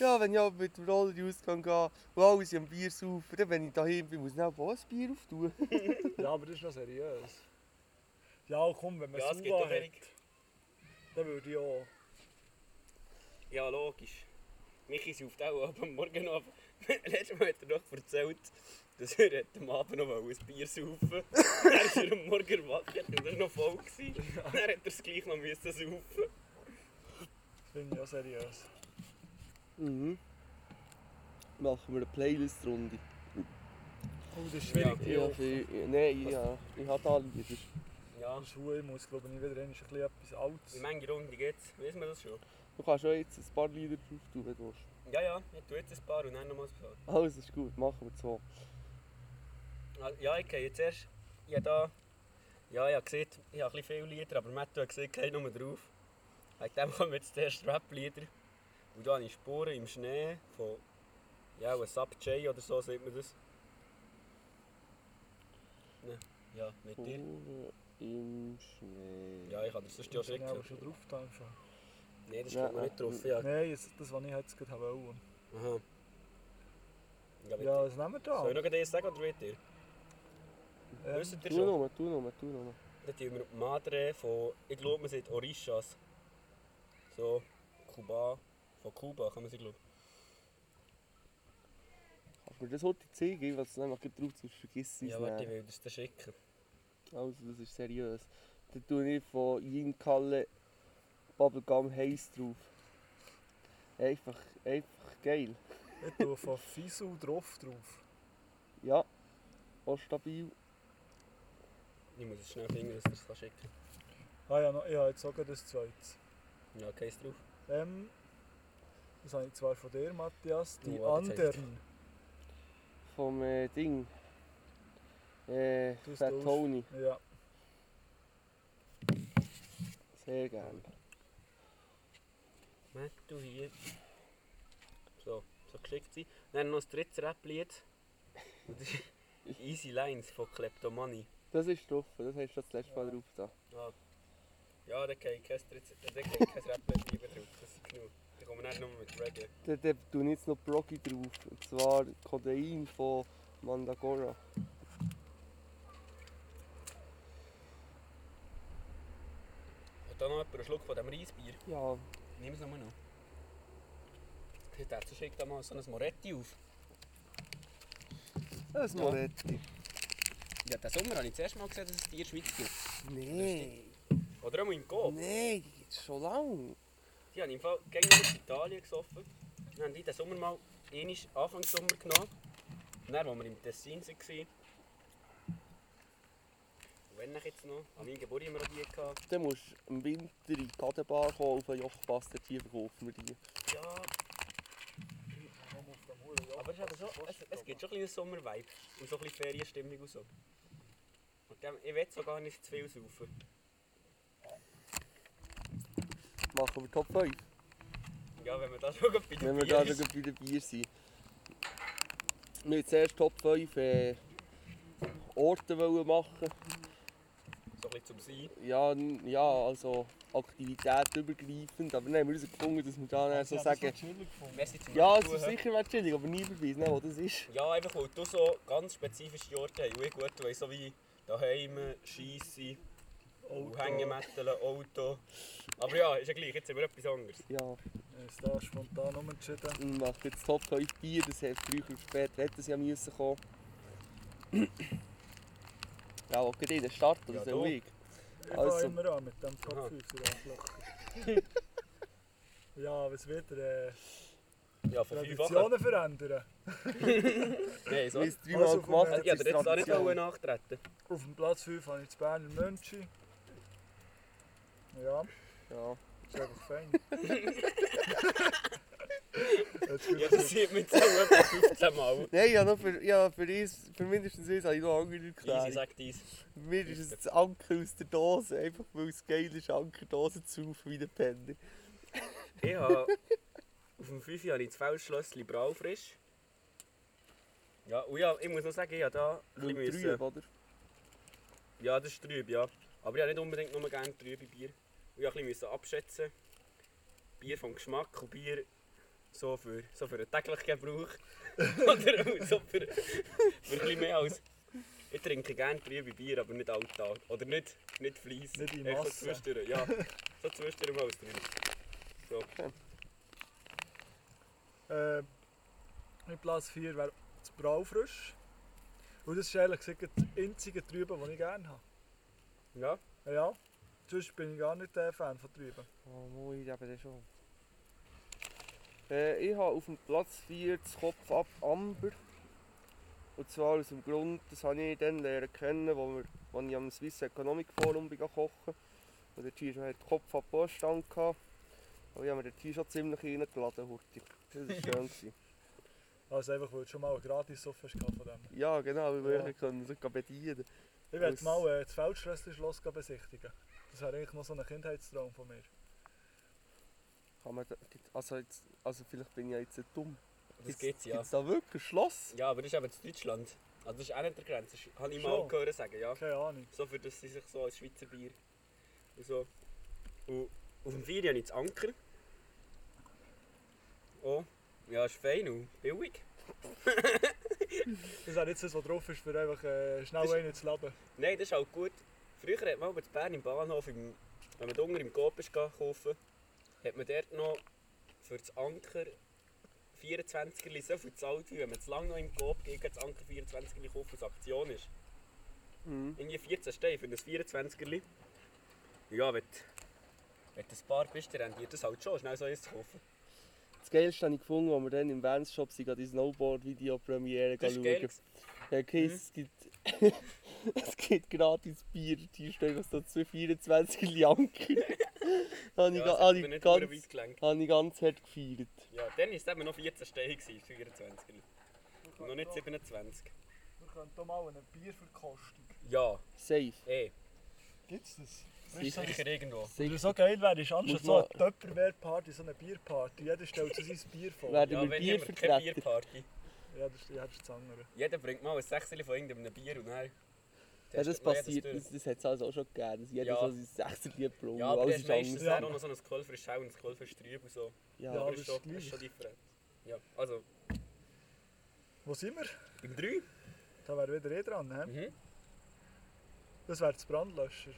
S6: ja, wenn ich aber mit dem Roller in den Ausgang gehe und alles am Bier saufen, dann wenn ich daheim bin, muss ich auch ein Bier auftun.
S5: Ja, aber das ist noch seriös. Ja, komm, wenn man
S7: Ja,
S5: ja,
S7: es gibt auch
S5: Sauber hat,
S7: wenig.
S5: dann würde ich auch.
S7: Ja, logisch. Michi sauft auch ab am Morgen noch. Letztes Mal hat er noch erzählt, dass er hat am Abend noch ein Bier saufen wollte. Dann ist er am Morgen erwacht und er war noch voll. Gewesen. Dann hat er es gleich noch müssen saufen.
S5: Das finde ich auch seriös.
S6: Mhm. Machen wir eine Playlist-Runde.
S5: Oh, das ist schwierig.
S6: Ich habe viel- Nein, ja, ich habe da Lieder.
S7: Ja,
S5: Schuhe muss, glaube ich, wieder ein bisschen etwas
S7: wie
S5: Altes.
S7: manche Runde geht's? Wissen wir das schon?
S6: Du kannst auch jetzt ein paar Lieder drauf tun, wenn du willst.
S7: Ja, ja, ich tue jetzt ein paar und dann nochmals Bescheid.
S6: Alles ist gut, machen wir so.
S7: Ah, Ja, ich gehe jetzt erst. Ich habe da. Ja, ich habe gesehen, ich habe ein bisschen viele Lieder, aber Matthew hat gesehen, keine Nummer drauf. Wegen dem kommen jetzt erst Rap-Lieder. Und da habe ich Spuren im Schnee von. Ja, ein Sub-J oder so, sieht man das. Ne? Ja, mit dir.
S6: Tore im Schnee.
S7: Ja, ich kann dir sonst ja
S5: Ich bin aber
S7: schicken.
S5: schon drauf da einfach.
S7: Nein, das
S6: Ja,
S7: steht mir nicht
S6: ja.
S7: drauf. Ja.
S5: Nein, jetzt- das, was ich jetzt gerade wollte.
S7: Aha. Ja,
S5: Ja,
S7: ja.
S5: was nehmen wir
S7: Soll
S5: da?
S7: ich noch gleich sagen oder mit dir?
S5: Ähm,
S7: Wisst ihr
S6: Tu
S7: schon?
S6: nochmal, tu nochmal, tu nochmal.
S7: Dann tun wir Madre von, ich glaube, man sagt Orishas. So, Kuba, von Kuba kann man sie glauben.
S6: Kannst du mir das heute zeigen, was es nämlich gerade drauf ist, sonst vergiss es
S7: Ja, warte, ich
S6: nicht.
S7: will das dann schicken.
S6: Also, das ist seriös. Dann tue ich von Yin Kalle Bubblegum Haze drauf. Einfach, einfach geil.
S5: Ich tue von Fisu drauf drauf.
S6: Ja, auch stabil.
S7: dus Ich muss jetzt schnell finden, dass ich das kann schicken
S5: Ah ja, noch, ich habe jetzt sogar das zweite.
S7: Ja, keins drauf.
S5: Ähm, das habe ich zwar von dir, Matthias. Die
S7: Oh, warte, jetzt heißt
S5: anderen.
S6: Vom äh, Ding. Äh,
S5: Du hast
S6: Fat
S5: drauf.
S6: Tony.
S5: Ja.
S6: Sehr gern.
S7: Matt, du hier. So, so geschickt sein. Dann noch das dritte Rap-Lied. Und das ist Easy Lines von Kleptomani.
S6: Das ist drauf, das hast du schon das letzte Mal drauf da.
S7: Ah. Ja, da geht kein drittes, da geht kein Rap-Lied lieber drauf. Das ist genug. Da kommen wir nicht nur mit Reggae.
S6: Dann da tue ich jetzt noch Proggy drauf. Und zwar Codein von Mandagora.
S7: Und dann noch jemand einen Schluck von diesem Reisbier.
S6: Ja,
S7: Nimm es nochmal noch. Dazu schickt er mal so ein Moretti auf.
S6: das
S7: Ja.
S6: Moretti.
S7: Ja, diesen Sommer habe ich zuerst mal gesehen, dass es die in der Schweiz gibt.
S6: Nein,
S7: Oder auch im Coop.
S6: nein, jetzt schon lange.
S7: Die haben im Fall gegen in Italien gesoffen. Dann haben die den Sommer mal einmal Anfang Sommer genommen. Und dann, als wir im Tessin waren. Und wenn ich jetzt noch, an meinem Geburtstag haben wir auch die gehabt.
S6: Dann musst du im Winter in die Kadenbar kommen, auf einen Jochpass, dort hier verkaufen wir die.
S7: Ja. Aber es, ist eben schon, es, es gibt schon ein bisschen Sommer-Vibe und so ein bisschen Ferienstimmung und so. Und dem, ich will so gar nicht zu viel saufen.
S6: Machen wir Top 5,
S7: Ja, wenn wir da schon gerade bei den
S6: wenn wir
S7: Bier
S6: da
S7: ist.
S6: schon bei den Bier sind. Wir wollten zuerst Top 5 äh, Orte wollen machen.
S7: So ein bisschen zum Sein.
S6: Ja, n- ja, also Aktivität übergreifend. Aber dann haben wir herausgefunden, dass wir da dann so sagen,
S7: Merci zum
S6: ja, also es
S7: Zuhören.
S6: ist sicher was chillig, aber nie beweisen, was das ist.
S7: Ja, einfach weil du so ganz spezifische Orte hast. Und ich gut weiss, so wie daheim, Scheisse, Oh.
S5: Auto.
S7: Hängemetteln, Auto. Aber ja, ist ja gleich, jetzt haben wir etwas anderes.
S6: Ja,
S5: Ist da spontan umentschieden.
S6: und macht jetzt Top 5 Bier, das hätte früher oder später hätte es ja müssen kommen. Ja, wo geht ihr in den Start, oder
S7: Ja,
S6: soll
S7: da.
S6: ich?
S5: Ich
S6: Also.
S5: fange immer an mit dem Top
S7: Aha.
S5: 5 in der Ja, was wird er äh,
S7: Ja, von fünf Wochen.
S5: Traditionen verändern?
S7: Nein,
S6: Wir
S7: so.
S6: haben
S7: Ich
S6: es dreimal
S5: Also,
S6: gemacht.
S5: äh,
S6: jetzt
S7: hätte
S6: ist
S7: dir jetzt auch nicht
S6: Tradition.
S7: wollen nachtreten
S5: Auf dem Platz 5 habe ich das Berner Mönchi. Ja,
S6: Ja.
S5: ist einfach fein.
S7: Ja, das sieht man jetzt auch etwa 15 Mal.
S6: Nein, ja, noch für, ja, für, uns, für mindestens uns habe ich noch andere
S7: Easy,
S6: Erklärung.
S7: sagt dies.
S6: Mir ist es das Anker aus der Dose, einfach weil es geil ist, Ankerdosen zu saufen wie der Penner.
S7: Ich habe auf dem 5 habe ich das Feldschlössli Braufrisch. Ja, und ja, ich muss noch sagen, ich habe da ein
S6: Weil
S7: bisschen
S6: drüben,
S7: müssen.
S6: oder?
S7: Ja, das ist trüb, ja. Aber ich habe nicht unbedingt nur gerne trübe Bier. Und ich musste ein bisschen abschätzen. Bier vom Geschmack und Bier so für, so für den täglichen Gebrauch. Oder auch so für, für ein bisschen mehr als... Ich trinke gerne trübe Bier, aber nicht alltag. Oder nicht, nicht fließend.
S5: Nicht in
S7: Einfach
S5: Massen.
S7: So zwischendurch, ja. So zwischendurch mal was drin. So.
S5: Äh, mit Platz 4 wäre das Braufrisch. Und das ist ehrlich gesagt das einzige Trüben, das ich gerne habe.
S7: Ja.
S5: Ja, sonst bin ich gar nicht der Fan von Trüben.
S6: Oh, mooi, ja, aber das schon. Äh, ich habe auf dem Platz 4 das Kopf ab Amber. Und zwar aus dem Grund, das habe ich dann lernen kennen, wo, wir, wo ich am Swiss Economic Forum bin kochen. Und der Tisch hat Kopf ab Post an. gehabt. Aber ich habe mir den Tisch schon ziemlich reingeladen, Hurti. Das war schön. gewesen.
S5: Also einfach, weil du schon mal einen gratis Sofa hast gehabt von dem.
S6: ja, genau, weil wir
S5: Ja.
S6: ja. können so bedienen.
S5: Ich werde
S6: Aus-
S5: mal äh, das Feldschlössli-Schloss gehen besichtigen. Das wäre eigentlich noch so ein Kindheitstraum von mir.
S6: Kann man da, gibt- also, jetzt, also vielleicht bin ich ja jetzt dumm.
S7: Das geht's ja.
S6: Gibt es da wirklich ein Schloss?
S7: Ja, aber das ist eben zu Deutschland. Also das ist auch nicht der Grenze. Das habe ich mal
S5: Schon.
S7: gehört sagen, ja.
S5: Keine Ahnung.
S7: So für das sie sich so als Schweizer Bier. Und so. Und auf dem Vier habe ich das Anker. Oh, ja, ist fein und billig.
S5: Das wäre jetzt das, was drauf ist, für einfach äh, schnell
S7: Das-
S5: einen zu laden.
S7: Nein, das ist halt gut. Früher hat man aber in Bern im Bahnhof, im, wenn man Dunger im Coop ist gegangen kaufen, hat man dort noch für das Anker 24er so viel gezahlt, wie wenn man zu lange noch im Coop gegen das Anker 24er kauft, was Aktion ist.
S6: Mhm.
S7: Irgendwie 14 Steine für ein 24er. Ja, wenn, du- wenn du ein paar bist, dann rentiert das halt schon, schnell so eins zu kaufen.
S6: Das Geilste habe ich gefunden, als wir dann im Vans Shop sind, die Snowboard-Video-Premiere
S7: Das ist Mhm. geil. gewesen.
S6: Ja, okay, es gibt. es gibt gratis Bier, die stellen was da 224 Janker. habe ich,
S7: Ja,
S6: ga-
S7: das
S6: habe
S7: hat
S6: ich
S7: mir nicht
S6: ganz,
S7: verdammt weit gelenkt.
S6: habe ich ganz hart gefeiert.
S7: Ja, dann war es eben noch 14 Steine, 24 Und noch nicht 27.
S5: Wir können hier mal eine Bierverkostung.
S7: Ja,
S6: Safe.
S7: eh.
S5: Gibt's das?
S7: Sicher irgendwo.
S5: Oder
S6: Sicher.
S5: so geil wäre, ist anstatt
S6: Muss
S5: so eine
S6: man-
S5: Töpperwehrparty, so eine Bierparty. Jeder stellt so sein Bier vor. Ja,
S6: Werden
S7: Ja,
S6: wir
S7: wenn
S6: Bier
S7: hier keine
S6: vertreten?
S7: Bierparty.
S5: das ist ja, das ist das andere.
S7: Jeder bringt mal ein Sechsel von irgendeinem Bier und dann...
S6: Ja, das
S7: testet man jedes
S6: passiert,
S7: durch.
S6: das, das hat es also auch schon gegeben, dass jeder
S7: Ja.
S6: so sein 16 Bier braucht.
S7: Ja, aber
S6: Oh, alles
S7: das ist
S6: ist
S7: meistens
S6: anders.
S7: dann auch noch so ein Kohlfrisch Schau und ein Kohlfrisch Trüb und so.
S6: Ja,
S5: Ja.
S7: Aber
S5: aber
S7: es ist
S5: es ist
S7: schon, es ist schon
S5: gleich.
S7: different. Ja, also
S5: Wo sind wir?
S7: beim 3.
S5: Da wäre wieder eh dran. hä?
S7: Mhm.
S5: Das wäre das Brandlöscher.
S7: Ah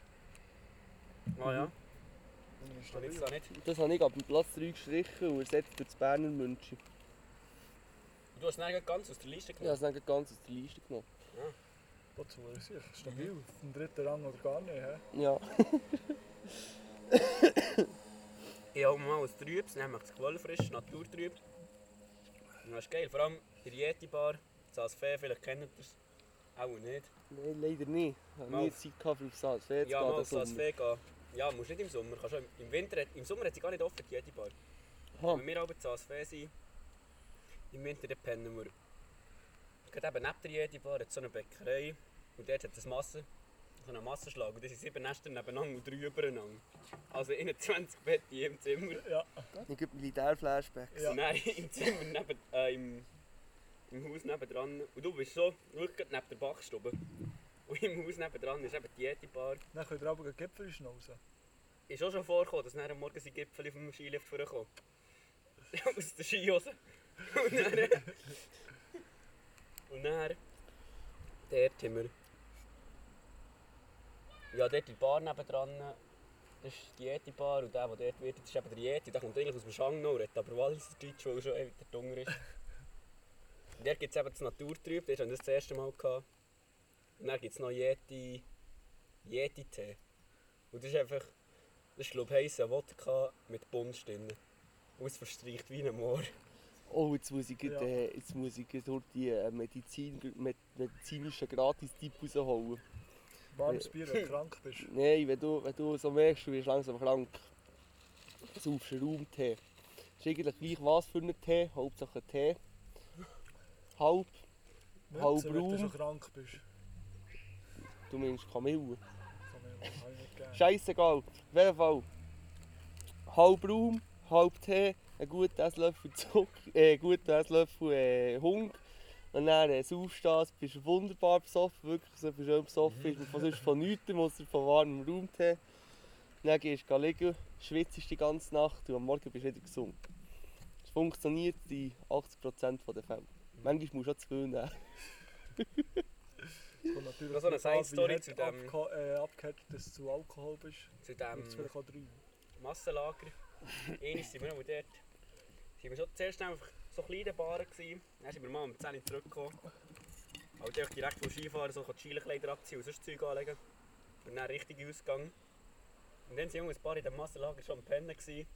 S6: Mhm.
S7: ja,
S5: Ist
S7: dann
S5: dabei.
S7: ist es auch nicht.
S6: das habe ich ab dem Platz 3 gestrichen und ersetzt durch das Berner München.
S7: Du hast es ganz aus der Liste
S6: Ich habe es
S7: genommen.
S6: dann gleich ganz aus der Liste genommen.
S5: Dazu ist es stabil. Auf dem dritten Rang oder gar nicht. hä?
S6: Ja,
S7: Ich habe mal ein Trübs, dann macht es Quellfrisch, Naturtrüb. Und Das ist geil, vor allem in der Yeti-Bar, das Fee, vielleicht kennt ihr es. Auch nicht.
S6: nein, leider nicht. Ich habe
S7: Mal.
S6: nie Zeit gehabt, um aufs Fett zu
S7: ja,
S6: gehen.
S7: mal
S6: das
S7: zu das
S6: Sommer.
S7: Fee gehen. Ja, musst nicht im Sommer. Kannst auch im- im, Winter, hat- Im Sommer hat sie gar nicht offen, die Yeti-Bar.
S6: Aha.
S7: Wenn wir aber zu Fee sind, im Winter dann pennen wir. Gerade eben neben der Yeti-Bar hat so eine Bäckerei. Und dort hat es Massen. So einen Massenschlag. Und das sind sieben Nester nebeneinander und drei übereinander. Also 21 Bett in jedem Zimmer.
S5: Ja,
S6: Ich gebe Militär-Flashbacks.
S5: Ja.
S7: Ja. Nein, im Zimmer neben, äh, im, im Haus nebendran. Und du bist so wirklich neben der Backstube. Und im Haus nebendran ist eben die Yeti-Bar.
S5: dann könnt ihr aber Gipfel schnauzen.
S7: Ist auch schon vorgekommen, dass dann am Morgen sein Gipfel vom Skilift vorkommen. Aus der Skihose. Und dann... Und dann... Dort haben wir... Ja, dort die Bar nebendran. Das ist eh, dus die Yeti-Bar und der, der dort wird, das ist eben der Yeti. Der kommt eigentlich aus dem Schangnau, hat aber Walliserdeutsch, weil er schon eh wieder dunger ist. Und dort gibt es eben das Naturtrüb, das hatten wir das erste Mal. Gehabt. Und dann gibt es noch Yeti... Yeti-Tee. Und das ist einfach... Das ist glaube ich heißer Wodka mit Bunst drin. Aus verstreicht wie ein Moor.
S6: Oh, jetzt muss ich,
S5: Ja.
S6: ja. äh, jetzt muss ich durch die äh, Medizin, med, medizinischen Gratis-Tipp rausholen.
S5: Warmes Bier, wenn du krank bist.
S6: Nein, wenn du, wenn du so merkst, du wirst langsam krank, saufst du Raumtee. Ist eigentlich gleich was für einen Tee, Hauptsache Tee. Halb,
S5: Nicht, so, wenn
S6: Raum.
S5: du schon krank bist. Oh,
S6: du meinst Kamille.
S5: Kann man ja- kann ich nicht gerne.
S6: Scheißegal, auf jeden Fall. Halb Raum, halb Tee, ein guter Esslöffel Zucker, äh, guter Esslöffel äh, Hung. Und dann äh, aufstehst, bist du wunderbar besoffen, wirklich so bist du schön besoffen, ist man von sonst von nichts, außer von warmem Raumtee. Dann gehst du liegen, schwitzt die ganze Nacht und am Morgen bist du wieder gesund. Es funktioniert in 80% der Fälle. Manchmal musst du auch zwei nehmen.
S5: Es kommt natürlich
S7: Das ist so
S5: darauf an, wie
S7: eine Side-Story
S5: hart
S7: zu dem-
S5: abgeha- äh, abgehärtet, dass du zu Alkohol bist.
S7: Zu
S5: Ähm. Gibt es
S7: diesem
S5: vielleicht auch drei.
S7: Massenlager. Einmal sind wir noch dort. Sind wir schon zuerst einfach so kleine Baren gewesen. Dann sind wir mal um 10 Uhr zurückgekommen. Aber dann direkt vom Skifahren so die Skilekleider abziehen und sonst Zeug anlegen. Und dann richtig Ausgang. Und dann sind wir ein paar in dem Massenlager schon am Pennen gewesen.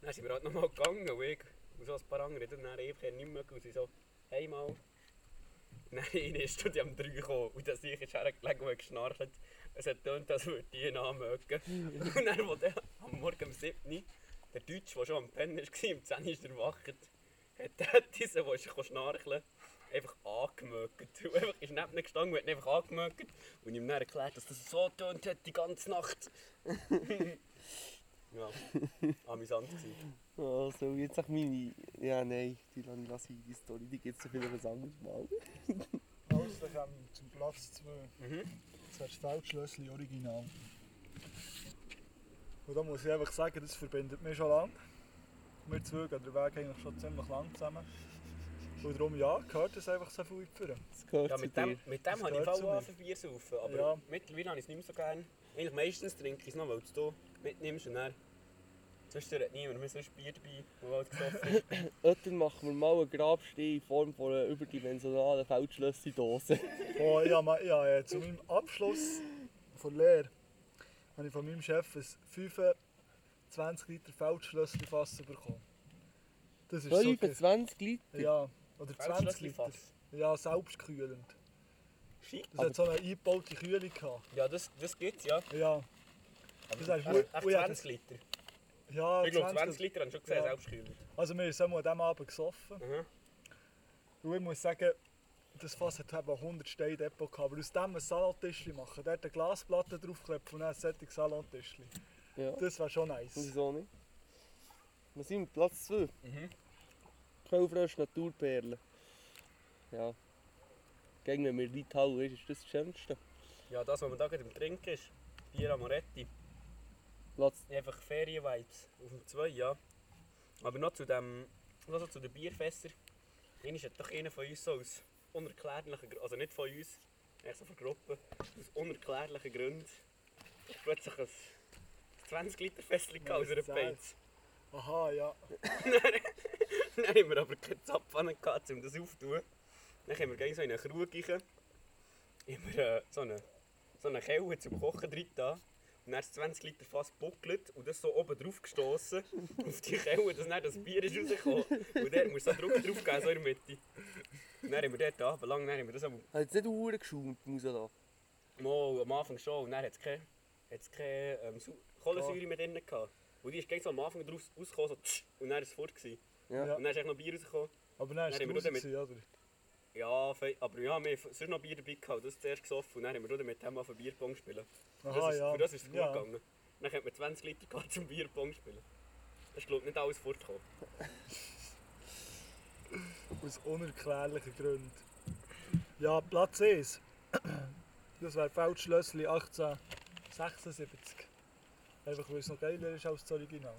S7: Dann sind wir halt nochmal gegangen und ich und so ein paar andere. Und dann eben nicht mehr und sie so, hey mal. Nein, ich bin am 3 gekommen und das ich ist hergelegt und hat geschnarchelt. Es hat getönt, als würde ich ihn anmögen. Und dann, wo der am Morgen um 7 Uhr, der Deutsche, der schon am Pennen war, um 10 Uhr ist erwacht, hat der diesen, der ist schnarcheln einfach angemögt. Und einfach ist neben ihm gestanden und hat ihn einfach angemögt. Und ihm dann erklärt, dass das so getönt hat die ganze Nacht. ja, amüsant gewesen.
S6: Ja, so Also, jetzt auch meine. Ja, nein, die lange lasse ich die Story, die gibt es vielleicht ein anderes Mal.
S5: Also, dann kommen wir zum Platz 2.
S7: Mhm.
S5: Das wäre das Feldschlössli Original. Und da muss ich einfach sagen, das verbindet mich schon lange. Wir zwei gehen den Weg eigentlich schon ziemlich lang zusammen. Und darum, ja, gehört das einfach so viel führen.
S6: Das gehört
S7: Ja,
S6: zu
S7: mit
S6: dir.
S7: dem, mit dem
S5: Das
S7: habe ich
S5: gehört zu
S7: voll
S5: mir.
S7: angefangen Bier zu saufen, aber
S5: Ja.
S7: mittlerweile habe ich es nicht mehr so gerne. Eigentlich meistens trinke ich es noch, weil du es hier mitnimmst und dann... Sonst hat niemand mehr sonst Bier dabei, wo halt gesoffen ist.
S6: Ötten machen wir mal einen Grabstein in Form von einer überdimensionalen Feldschlösserdose.
S5: Oh, ich habe, ich habe äh, zu meinem Abschluss von Lehre habe ich von meinem Chef ein 25 Liter Feldschlössli Fass bekommen. Das ist so viel.
S6: 25 Liter?
S5: Ja, oder 20 Liter.
S7: Feldschlössli-Fass.
S5: Ja, selbstkühlend.
S7: Schick.
S5: Das hat so eine eingebaute Kühlung gehabt.
S7: Ja, das, das gibt's, ja.
S5: Ja, Das hast du
S7: Aber
S5: gut.
S7: echt
S5: Ui, ja,
S7: 20 Liter.
S5: Ja,
S7: Ich glaube, 20
S5: Liter.
S7: Liter haben schon gesehen,
S5: Ja.
S7: selbst gekühlt.
S5: Also wir haben an diesem Abend gesoffen.
S7: Mhm.
S5: Und ich muss sagen, das Fass hat etwa 100 Steine Depot gehabt. Aber aus dem ein Salontischli machen, dort eine Glasplatte draufklopfen und dann ein solches Salontischli.
S6: Ja.
S5: Das wäre schon nice.
S6: Wieso nicht? Wir sind mit Platz 2.
S7: Mhm.
S6: Quellfrösche Naturperlen. Ja. Gegen wenn wir Litauen ist, ist das das Schönste.
S7: Ja, das, was man da gerade im Trinken ist. Bier Amoretti.
S6: Platz
S7: Einfach Ferien-Vibes. Auf dem 2, ja. Aber noch zu dem, noch so zu den Bierfässern. Einer hat doch einer von uns so aus unerklärlichen Gründen, also nicht von uns, eigentlich so von Gruppen, aus unerklärlichen Gründen plötzlich ein 20 Liter Fässchen aus einer
S5: Nein,
S7: Beiz.
S5: Aha, ja.
S7: Dann haben wir aber keine Zapfanne gehabt, um das aufzutun. Dann haben wir gleich so in eine Krug rein. Haben wir äh, so eine, so eine Kelle zum Kochen drin da. Und dann ist 20 Liter Fass buckelt und das so oben drauf gestoßen. auf die Kelle, dass dann das Bier ist rausgekommen. Und der muss so Druck drauf geben, so in der Mitte. Und dann haben wir dort abgelangt, dann haben wir das am,
S6: hat jetzt nicht Uhren geschaumt, muss ich da.
S7: mal am Anfang schon. Und dann hat es keine, hat's keine ähm, Sau- Kohlensäure mehr drin gehabt. Und die ist gleich so am Anfang draus rausgekommen, so tsch, und dann ist es fort. Gewesen.
S6: Ja.
S7: Und dann ist echt noch Bier rausgekommen.
S5: Aber dann ist
S7: Nein,
S5: es
S7: wir
S5: draußen,
S7: nur
S5: gewesen, oder?
S7: Ja, fe- aber ja, wir haben sonst noch Bier dabei gehabt. Das zuerst gesoffen und dann haben wir wieder mit dem auf Bierpong spielen. Das
S5: Aha,
S7: ist,
S5: ja.
S7: Für das ist es gut
S5: Ja.
S7: gegangen. Dann könnte man 20 Liter gehen zum Bierpong spielen. Das ist, glaube ich, nicht alles fortgekommen.
S5: Aus unerklärlichen Gründen. Ja, Platz 1. Das wäre Feldschlössli 1876. Einfach weil es noch geiler ist als das Original.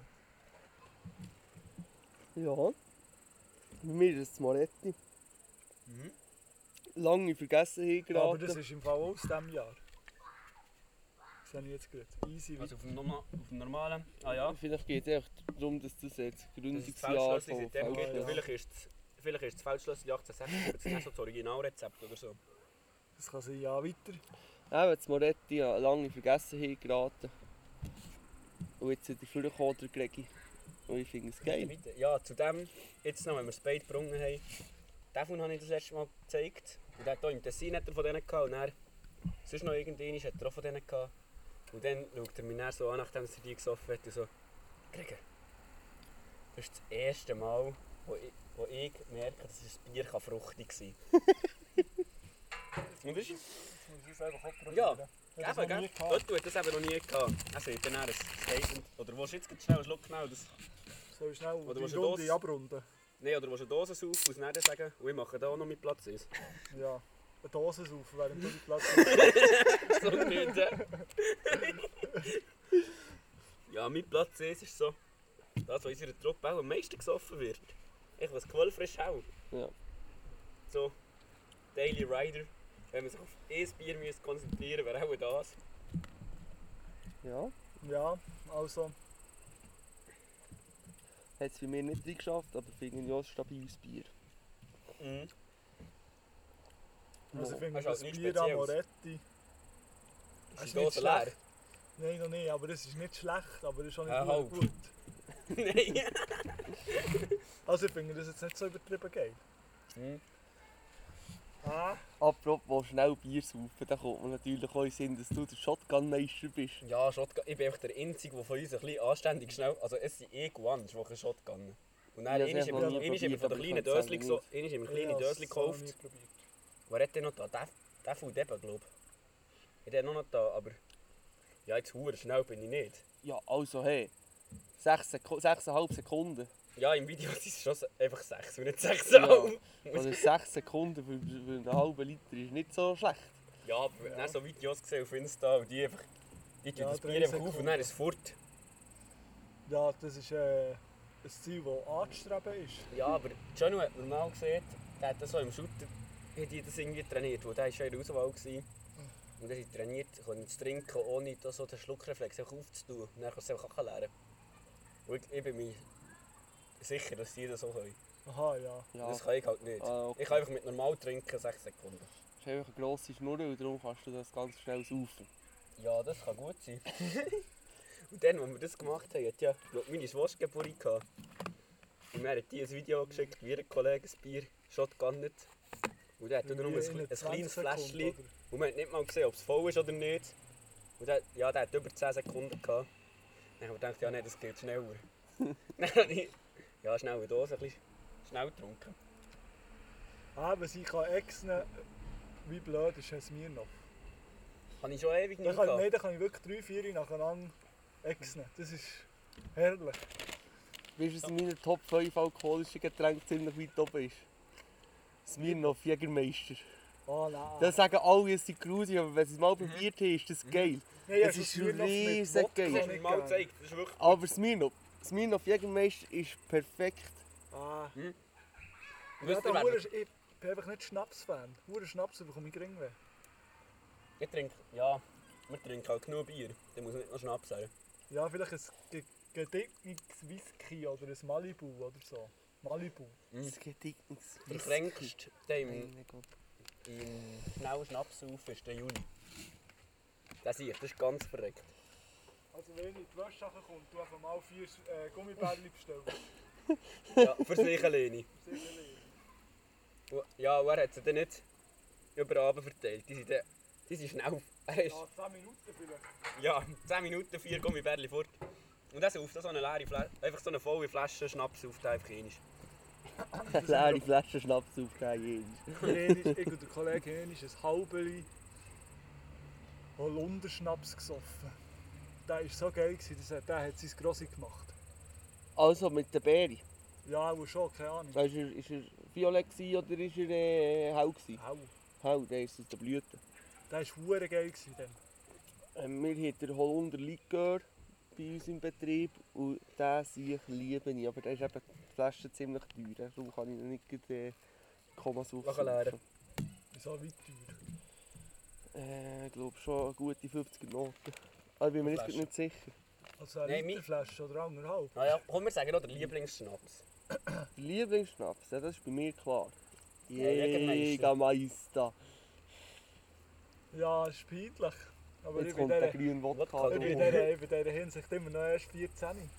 S6: Ja. Bei mir ist es Moretti. Lange in Vergessenheit geraten.
S5: Aber das ist im Fall auch aus diesem Jahr. Das habe ich jetzt gehört. Easy
S7: Also auf dem, Norma auf dem normalen. Ah ja,
S6: Vielleicht geht es echt darum, dass das jetzt
S7: das ist das
S6: Gründungsjahr
S7: Feldschlössli
S6: von
S7: seitdem gibt.
S5: Feldschlössli.
S7: Und
S6: Feldschlössli
S7: Vielleicht ist es- vielleicht ist das Feldschlössli 1860, aber das ist nicht so das Originalrezept oder so.
S5: Das kann sein, ja, weiter.
S6: Eben, das Moretti ja lange in Vergessenheit geraten. Und jetzt hat er vorgekommen, der Gregi. Und ich finde es geil.
S7: Weiter- Ja, zu dem, jetzt noch, wenn wir Spade gebrungen haben, davon habe ich das letzte Mal gezeigt. Und er hat hier im Tessin hat er von denen gehabt. Und er, sonst noch irgendeiner hat er auch von denen gehabt. Und dann schaut er mich dann so an, nachdem er die gesoffen hat, und so, Gregor, das ist das erste Mal, wo ich, wo ich merke, dass ein Bier kann fruchtig sein kann. Und das
S5: Das muss
S7: ist
S5: ich jetzt einfach auch
S7: Ja,
S5: probieren. Ich habe das
S7: eben,
S5: noch
S7: gell?
S5: nie gehabt.
S7: Dort hat das eben noch nie gehabt. Er sagt dann eher ein Statement. Oder willst du jetzt gerade schnell einen Schluck nehmen? Das
S5: Soll ich schnell
S7: Oder
S5: die
S7: willst du
S5: Runde
S7: das?
S5: abrunden?
S7: Nein, oder willst du eine Dose saufen und dann sagen, und ich mache da auch noch meinen Platz eins?
S5: Ja. Eine Dose saufen, während du die Platz
S7: so nicht, ja. ja, mein Platz eins ist so, das, was in unserer Truppe auch am meisten gesoffen wird. Ich was quellfrisch auch.
S6: Ja.
S7: So, Daily Rider. Wenn man sich auf ein Bier müsste konzentrieren müsste, wäre auch das.
S6: Ja.
S5: Ja, also,
S6: Hat es bei mir nicht drin geschafft, aber finde ich auch ein stabiles Bier.
S7: Mhm.
S5: also ich finde
S7: Hast du
S5: das
S7: halt nichts
S5: Bier
S7: Spezielles?
S5: Amoretti.
S7: Ist die
S5: nicht
S7: Dose leer?
S5: Nein, noch nicht, aber es ist nicht schlecht, aber es ist auch nicht
S7: Ja, halt.
S5: nur
S7: halb.
S5: gut.
S7: Nein.
S5: Also ich finde das jetzt nicht so übertrieben geil.
S7: Mhm.
S5: Ah,
S6: Apropos schnell Bier saufen, da kommt man natürlich auch in den Sinn, dass du der Shotgun-Meister bist.
S7: Ja, Shotgun. Ich bin einfach der Einzige, der von uns ein bisschen anständig schnell. Also, es sind eh Guans, die können Shotgun. Und dann,
S6: Ja,
S7: ja,
S6: das
S7: ist
S6: habe ich
S7: immer
S6: noch nie
S7: einer ist immer von der
S6: probiert,
S7: kleinen
S6: aber ich
S7: Dösli
S6: kann es
S7: so. Einer ist immer
S5: ich
S7: kleine
S5: habe es
S7: Dösli
S5: so noch
S7: gekauft.
S5: nie probiert.
S7: Wer hat denn noch da? Der, der fällt eben, glaube ich. Der hat noch nicht da, aber... Ja, jetzt hure schnell bin ich nicht.
S6: Ja, also hey. 6,5 Sekunden.
S7: Ja, im Video sind es schon se- einfach 6 und nicht 6
S6: Ja.
S7: ja.
S6: Also 6 Sekunden für, für einen halben Liter ist nicht so schlecht.
S7: ja, aber dann so Videos gesehen auf Insta und die einfach... Die tun
S5: Ja,
S7: das
S5: drei
S7: Bier einfach auf und
S5: Sekunden.
S7: dann ist es fort.
S5: Ja, das ist äh, ein Ziel, das anzustreben ist.
S7: Ja, aber Jono hat mir mal gesehen, der hat das so im Shooter... Hat die das irgendwie trainiert, weil der war schon in der Auswahl. Gewesen. Und er hat trainiert, können zu trinken, ohne da so den Schluckreflex einfach aufzutun. Und dann kann es einfach lernen. Und ich, ich bin mir sicher, dass die das auch können.
S5: Aha, ja.
S6: Ja,
S7: Das
S6: das
S7: kann ich halt nicht.
S6: Ah, okay.
S7: Ich kann einfach mit normal trinken 6 Sekunden.
S6: ist einfach eine grosse Schnur und darum kannst du das ganz schnell saufen.
S7: Ja, das kann gut sein. und dann, als wir das gemacht haben, hat ja glaub, meine Schwester Geburt gehabt. Und mir hat die ein Video geschickt, wie ein Kollege ein Bier Shotgun nicht. Und er hat dann nur ein,
S5: Irgendwie
S7: ein
S5: in 20
S7: kleines
S5: Sekunden,
S7: Fläschchen. Und man hat nicht mal gesehen, ob es voll ist oder nicht. Und der, ja, der hat über 10 Sekunden gehabt. Dann habe ich gedacht, ja, nein, das geht schneller. Dann habe ich, ja, schnell eine Dose, ein bisschen schnell getrunken.
S5: Aber sie Ah, kann exen. Wie blöd ist es mir noch?
S7: Habe ich schon ewig
S5: Da
S7: nicht
S5: kann,
S7: gehabt.
S5: nein, da kann ich wirklich drei, vier nacheinander exen. Das ist herrlich.
S6: Weißt du, was in meiner Top 5 alkoholischen Getränke ziemlich weit oben ist? Smirnoff Jägermeister.
S5: Oh nein.
S6: Das sagen alle, es sei gruselig, aber wenn sie es mal
S5: Mhm.
S6: probiert haben, ist das geil.
S5: Nein,
S6: das
S5: also
S6: ist
S5: Smirnoff mit
S6: riesig
S5: Wodka
S6: geil.
S5: kann
S7: Das hast du
S5: nicht
S7: mir mal
S5: gehen.
S7: gezeigt. Das ist wirklich...
S6: Aber Smirnoff, Smirnoff Jägermeister ist perfekt.
S5: Ah, ja,
S7: Wisst ihr,
S5: da
S7: wer-
S5: Hure- ich bin einfach nicht Schnaps-Fan. Hure Schnaps bekomme ich gering weg.
S7: Ich trinke, ja, wir trinken halt genug Bier. Dann muss man nicht noch Schnaps haben.
S5: Ja, vielleicht ein ge- gedickenes Whisky oder ein Malibu oder so. Malibu.
S6: Es geht echt nichts.
S7: Der kränkste, der im,
S6: Meine Gott.
S7: im schnellen Schnaps auf ist der Juli. Der sehe ich, das ist ganz verreckt.
S5: Also wenn ich in die Wäsche kommt, du einfach mal vier äh, Gummibärchen bestellen.
S7: Ja, für sich alleine. Und- Ja, und er hat sie dann nicht über Abend verteilt. Die sind, dann, die sind schnell. Er ist,
S5: Ja, 10 Minuten vielleicht.
S7: ja, 10 Minuten, 4 Gummibärli fort. Und er sauft da so eine leere Flasche, einfach so eine volle Flasche Schnaps auf, den einfach rein.
S6: Eine leere Flasche Schnaps aufnehmen.
S5: Hänisch, ich und der Kollege Hänisch ein halbeli Holunderschnaps gesoffen. Der war so geil, gewesen, das hat, der hat sein Grossi gemacht.
S6: Also mit der Beere.
S5: Ja, aber schon, keine Ahnung.
S6: Ist er, ist er violett gewesen oder ist er äh, hell? gewesen?
S5: Au.
S6: Hell, der ist aus der Blüte.
S5: Der war hure geil. Gewesen, dann.
S6: Ähm, wir haben den Holunder Likör bei uns im Betrieb und den sehe ich liebe ich. Aber der ist eben die Flasche ziemlich teuer, darum kann ich ihn nicht gerade, äh, Kommas
S7: leeren.
S6: aufschreiben.
S5: So weit teuer.
S6: Äh, ich glaube schon eine gute 50 Noten. Aber ich bin mir jetzt gerade nicht sicher.
S5: Also eine
S7: Nein,
S5: Nein,
S7: mi-
S5: Literflasche oder anderthalb.
S7: Ah ja, komm, wir sagen noch den Lieblingsschnaps.
S6: Der Lieblingsschnaps, ja, das ist bei mir klar.
S7: Jägermeister.
S6: Jägermeister.
S5: Ja, ist peinlich. Aber ich
S6: Jetzt
S5: bin
S6: kommt der
S5: dieser-
S6: grüne Wodka.
S7: Wodka.
S5: ich bin in
S6: darum.
S5: dieser ich bin in dieser Hinsicht immer noch erst 14.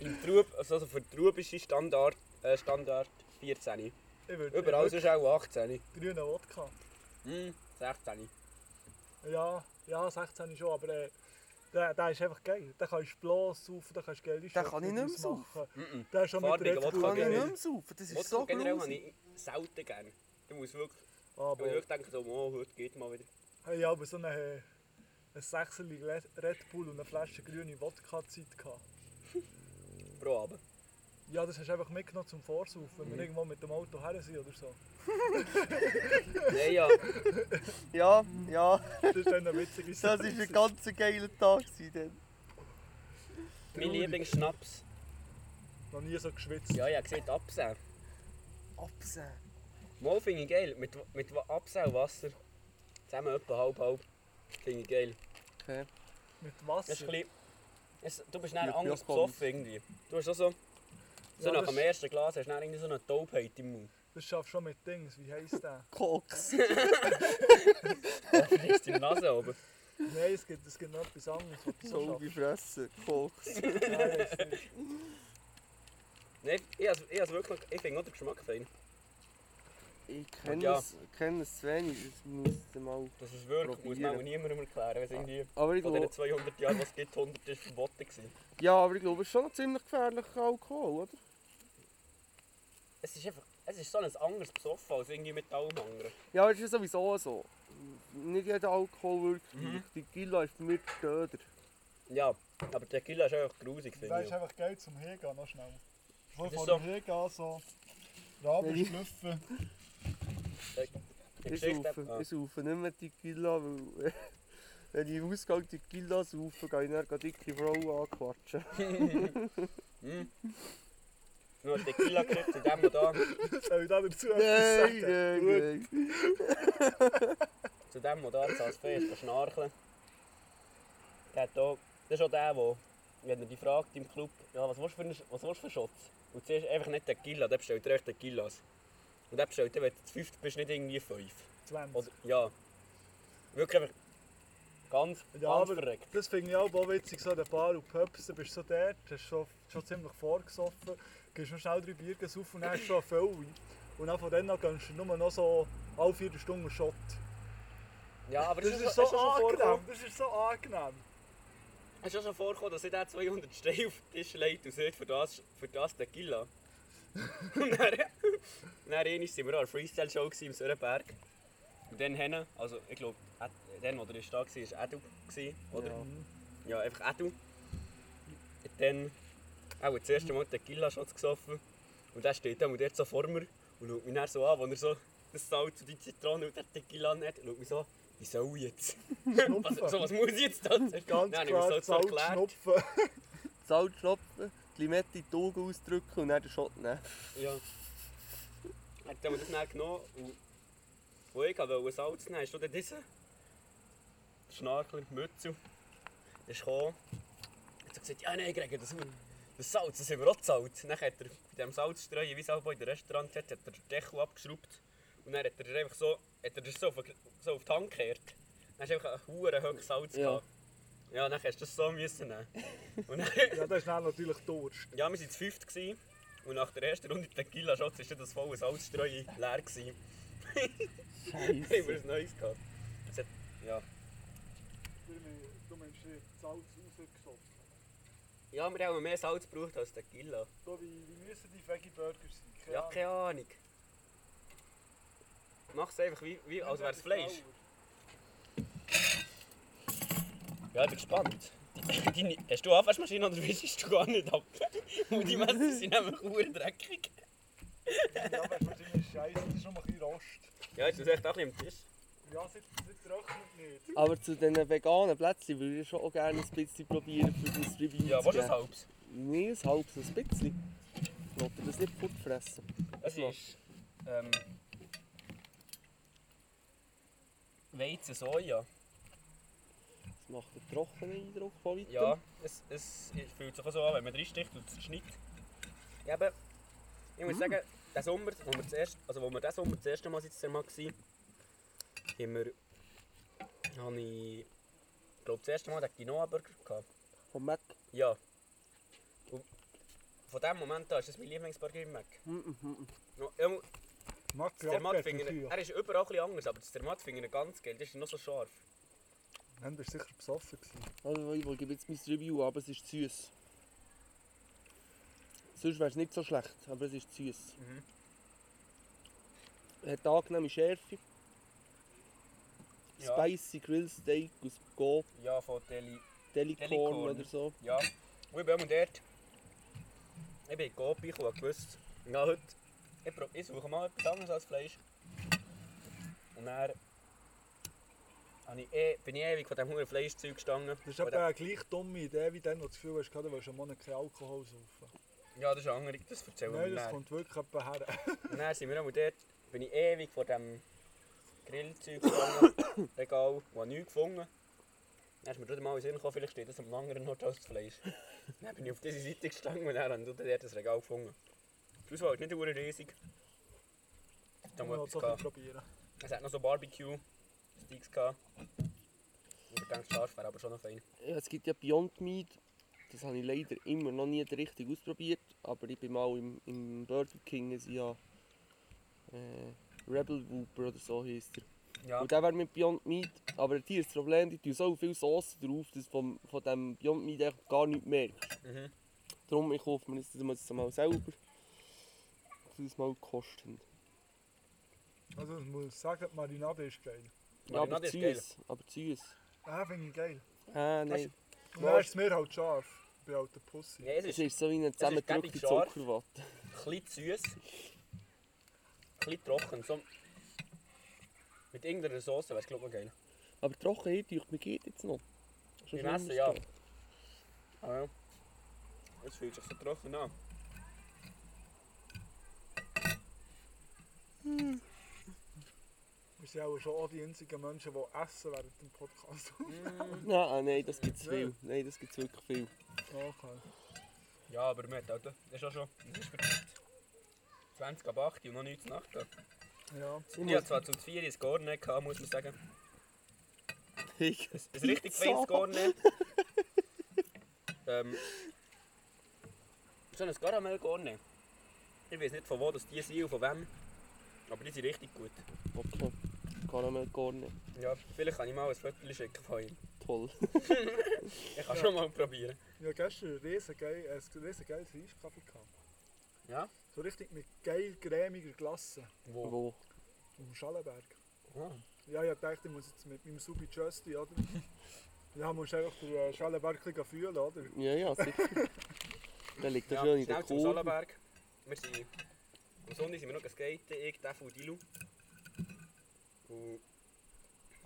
S7: Im Trub, also für die trubische Standard, äh, Standard 14.
S5: Ich würde
S7: Überall sonst auch 18.
S5: grünen Wodka.
S7: Hm, 16.
S5: Ja, ja, 16 schon, aber äh, der, der ist einfach geil. Da kannst du bloß saufen, da kannst du geile
S6: Den kann ich
S5: Schritte
S6: nicht mehr
S5: draus machen. Der ist schon mit
S7: Farbiger
S5: Red Bull
S7: Wodka
S6: Kann ich
S7: generell.
S6: nicht
S5: geil.
S6: mehr saufen, das
S7: Wodka
S6: ist so
S7: generell habe
S6: grusig.
S7: ich selten gerne. Du musst wirklich, ich
S5: Aber,
S7: muss wirklich denken, so, oh, heute geht mal wieder.
S5: hey, aber so eine, äh, ein Sechserli Le- Red Bull und eine Flasche grüne Wodka-Zeit gehabt.
S7: Pro Abend.
S5: Ja, das hast du einfach mitgenommen zum Vorsaufen, wenn
S7: Mhm.
S5: wir irgendwo mit dem Auto her sind oder so.
S7: Nein, ja,
S6: Ja, ja,
S5: Das ist dann eine witzige
S6: das war ein ganz geiler Tag. gewesen dann.
S7: mein Lieblingsschnaps.
S5: Noch nie so geschwitzt.
S7: Ja, ich habe gesehen, Absau.
S6: Absen.
S7: Mal finde ich geil, mit, mit Absauwasser. Zusammen etwa halb halb. Finde ich geil.
S6: Okay.
S5: Mit
S7: Das ist ein
S5: Wasser.
S7: bisschen, es, du bist dann
S6: Ja,
S7: anders
S6: ja, komm.
S7: besoffen irgendwie. Du hast auch so, so
S5: Ja,
S7: nach
S5: das-
S7: dem ersten Glas hast du dann irgendwie so eine Taubheit im Mund.
S5: Das schaffst du schon mit Dings, wie heisst der?
S6: Koks.
S7: Du kriegst die Nase oben.
S5: Nein, es gibt, es gibt noch etwas anderes, was du so
S6: So
S5: schaffst.
S6: die Fresse. Koks.
S5: Nein, weiss nicht.
S7: Nein, ich, has- ich, has wirklich, ich finde auch den Geschmack fein.
S6: Ich kenne
S7: Ja.
S6: es, kenn es zu wenig, das müsste mal.
S7: Das ist wirklich, muss man auch
S6: Probieren. Ah,
S7: niemandem erklären. Wenn es irgendwie
S6: Aber ich
S7: von diesen
S6: glaube,
S7: 200 Jahren, was es gibt, 100 ist verboten gewesen.
S6: ja, aber ich glaube, es ist schon ein ziemlich gefährlicher Alkohol, oder?
S7: Es ist einfach, es ist so ein anderes Besoffen als irgendwie mit allem anderen.
S6: Ja, es ist ja sowieso so. Nicht jeder Alkohol wirkt
S7: Mhm.
S6: gleich. Die Gilla ist bei mir Döder.
S7: Ja, aber der Tequila ist einfach grusig,
S5: Das
S7: finde
S5: ist
S7: ich.
S5: einfach geil zum Hingehen, noch schnell. Bevor
S7: Das ist
S5: vor
S7: so.
S5: dem Hingehen so Raben
S6: Ja.
S5: schlüpfen.
S7: Die
S6: Ich
S7: Geschichte-
S6: saufe,
S7: ah.
S6: ich saufe nicht mehr die Gilla, weil wenn ich ausgehe die Gilla saufe, gehe ich dann eine dicke Frau anquatschen.
S7: Nur der Tequila kriegt in dem und da.
S5: Soll ich da dazu etwas
S6: Nein,
S5: sagen?
S6: nein, nein.
S7: zu dem, der da als Fest schnarchen der hat auch, Das ist auch der, der, wenn er dich fragt im Club, ja, was willst du für, einen- was willst du für Schutz? Und zuerst einfach nicht Tequila, der bestellt dir echt Tequilas. Und der bestellt dir, wenn du zu fünft bist, nicht irgendwie fünf.
S5: 20.
S7: Oder, ja. Wirklich einfach ganz,
S5: Ja,
S7: ganz
S5: aber
S7: verreckt.
S5: das finde ich auch auch witzig, so in der Bar und Pubs, da bist du so dort, hast schon, schon ziemlich vorgesoffen, gehst noch schnell drei Bier auf und dann hast du schon eine Fülle. Und dann von dann an gehst du nur noch so alle vier Stunden Schott.
S7: Ja, aber
S5: Das
S7: es
S5: ist
S7: ist
S5: so
S7: schon, es ist schon
S5: angenehm.
S7: vorgekommen,
S5: Das ist so angenehm.
S7: es ist schon vorgekommen, dass ich da 200 Steine auf den Tisch lege und sage, für das, für das Tequila. und dann, dann einmal sind wir an einer Freestyle-Show gewesen im Sörenberg. Und dann hinten, also ich glaube, Ed- dann, wo der Star war, war Edu, gewesen, oder? Ja, einfach Edu. Und dann auch das erste Mal Tequila-Shots gesoffen. Und dann steht er und der so vor mir und schaut mich dann so an, wo er so das Salz und die Zitrone und den Tequila nicht schaut mich so, wie soll ich jetzt? was, so, was muss ich jetzt da? Ganz
S5: Ganz klar, Salz schnupfen.
S6: Salz schnupfen, die Limette in die Augen ausdrücken und dann den Schott nehmen.
S7: Ja. Hat er das dann genommen und wo ich wollte Salz nehmen, ist dann dieser Schnarkler, Mützel, der ist gekommen und hat gesagt, ja nein Greg, das, das Salz, das haben wir auch Salz. Dann hat er bei diesem Salzstreuen, wie es auch bei den Restaurants hat, hat er den Deckel abgeschraubt und dann hat er einfach so, hat er das so auf, den- so auf die Hand gekehrt. Dann hast du einfach ein hohen Höchst Salz
S6: Ja.
S7: gehabt. Ja, dann hast du das so müssen nehmen. Und dann,
S5: Ja, das ist dann natürlich Durst.
S7: ja, wir waren zu fünft gewesen, und nach der ersten Runde Tequila-Shots war dann das volle Salzstreu leer. Gewesen. Haben wir ein neues gehabt. Es hat, ja.
S5: Du meinst, das Salz rausgesoffen.
S7: ja, wir haben mehr Salz gebraucht als Tequila.
S5: So wie, wie müssen die Veggie Burgers sein?
S7: Ja, keine Ahnung. Mach es einfach wie, wie als wäre es Fleisch. Ja, ich bin gespannt. Die- Deine, hast du Abwaschmaschine oder wischst du gar nicht ab? Und die Messer sind einfach urdreckig.
S5: Ja, aber das ist scheiße, das ist schon mal ein bisschen Rost.
S7: Ja, jetzt ist es echt auch ein bisschen am Tisch.
S5: Ja, sie, sie trocknet nicht.
S6: Aber zu diesen veganen Plätzchen würde ich schon auch gerne ein bisschen probieren für das Review
S7: Ja, was
S6: zu
S7: ist das
S6: geben.
S7: halbes?
S6: Nein, ein halbes, halt ein bisschen. Ich will das nicht fortfressen.
S7: Es ist ähm, Weizen Soja.
S6: Das macht einen trockenen Eindruck von weitem.
S7: Ja, es, es, es fühlt sich auch so an, wenn man reinsticht und es Mm. schneit. Ja, aber ich muss sagen, der Sommer, wo wir, zuerst, also wo wir diesen Sommer das erste Mal sitzen mal waren, haben wir, habe ich, glaube das erste Mal den Quinoa-Burger gehabt.
S6: Vom Mac.
S7: Ja. Und von dem Moment an ist das mein Lieblingsburger im Mac. mm, No, ja, mu-
S5: Macht
S7: der Mattfinger, er ist überall ein bisschen anders, aber das der Mattfinger ganz geil, das ist noch so scharf.
S5: Dann bist du sicher besoffen gewesen.
S7: Oh,
S6: Also, ich gebe jetzt mein Review, aber es ist süß. Sonst wäre es nicht so schlecht, aber es ist süß.
S7: Mhm.
S6: Er hat eine angenehme Schärfe.
S7: Ja.
S6: Spicy Grill Steak aus Go,
S7: Ja, von Deli.
S6: Delicorn
S7: Delicorn.
S6: oder so.
S7: Ja. Und ich bin auch mal dort. Ich bin Gopi, ich habe gewusst. Ja, heute. Ich, prob- ich suche mal etwas anderes als Fleisch. Und dann habe ich eh, bin ich ewig von diesem huren Fleischzeug gestanden.
S5: Das ist
S7: Von
S5: aber eine gleich dumme Idee wie dann, wo du das Gefühl hast, du willst einen Monat keinen Alkohol saufen.
S7: dem- ja, das ist eine andere, das erzählen wir
S5: Nein, das
S7: nachher.
S5: kommt wirklich jemand her.
S7: Und dann sind wir einmal dort, bin ich ewig vor dem Grillzeug gegangen, Regal, und habe nichts gefunden. Dann ist mir wieder mal in den Sinn gekommen, vielleicht steht das am anderen Ort als das Fleisch. dann bin ich auf diese Seite gestanden und dann habe ich dort das Regal gefunden. Die Auswahl ist nicht sehr riesig. Da
S5: Ich will
S7: haben wir
S5: das
S7: etwas
S5: auch
S7: gehabt.
S5: probieren.
S7: Es hat noch so Barbecue-Sticks gehabt. Und ich denke, scharf wäre aber schon noch fein.
S6: Ja, Äh, es gibt ja Beyond Meat. Das habe ich leider immer noch nie richtig ausprobiert. Aber ich bin mal im, im Burger King. Es ja äh, Rebel Whooper oder so heisst er.
S7: Ja,
S6: Und der wäre mit Beyond Meat. Aber hier ist das Problem, die tun so viel Sauce drauf, dass du vom, von dem Beyond Meat echt gar nichts merkst.
S7: Mhm.
S6: Darum, ich hoffe, wir essen das jetzt mal selber. Dass wir das mal kosten.
S5: Also ich muss sagen, die Marinade ist geil.
S6: Ja, aber
S7: Marinade ist geil.
S6: süß. Aber süß.
S5: Ah, finde ich geil.
S6: Ah, nein.
S5: Und dann ist es mir halt scharf. Ich bin halt der Pussy.
S7: ja es
S6: Es
S7: ist
S6: ist so wie eine
S7: gäbig
S6: zusammengedrückte
S7: scharf.
S6: Zuckerwatte.
S7: ein bisschen süß, ein bisschen trocken. So mit irgendeiner Soße wäre es glaube ich noch geil.
S6: Aber trocken hier, tue ich mir geht jetzt noch. Schon
S7: Im
S6: schlimm
S7: Essen, ja.
S6: ausgegangen.
S7: Ah ja. Es fühlt sich so trocken an.
S5: Wir sind auch schon auch die einzigen Menschen, die essen während dem Podcast.
S6: Ja, ah, nein, das gibt's viel. Nein, das gibt's wirklich viel.
S5: okay.
S7: Ja, aber man hat auch, das ist auch schon, das ist für die 20 ab 8 und noch nichts zu Nacht. gehabt.
S5: Ja.
S7: Ich hatte zwar zum 4 ein Gornet gehabt, muss man sagen.
S6: Ich
S7: Ein, ein richtig feines Gornet. ähm, so ein Karamell Gornet. Ich weiß nicht von wo das die sind und von wem, aber die sind richtig gut.
S6: okay. Kanamenkorne.
S7: Ja, vielleicht kann ich mal ein Foto schicken von ihm.
S6: Toll.
S7: Ich kann schon mal probieren.
S5: Ja, gestern ein riesengeil, äh, ein riesengeiles Reiskaffee gehabt.
S7: Ja?
S5: So richtig mit geil cremiger Glasse
S7: Wo?
S6: Wo?
S5: vom Schallenberg.
S7: Ah.
S5: Ja, ich hab gedacht, ich muss jetzt mit meinem Subi Justy, oder? Ja, musst einfach den äh, Schallenberg ein bisschen fühlen, oder?
S6: Ja, ja, sicher. Der liegt da
S7: Ja,
S6: schön in der
S7: schnell zum
S6: Kurve.
S7: Sonnenberg. Wir sind... Am Sonntag sind wir noch geskaten, ich, Def und Dilu. Und...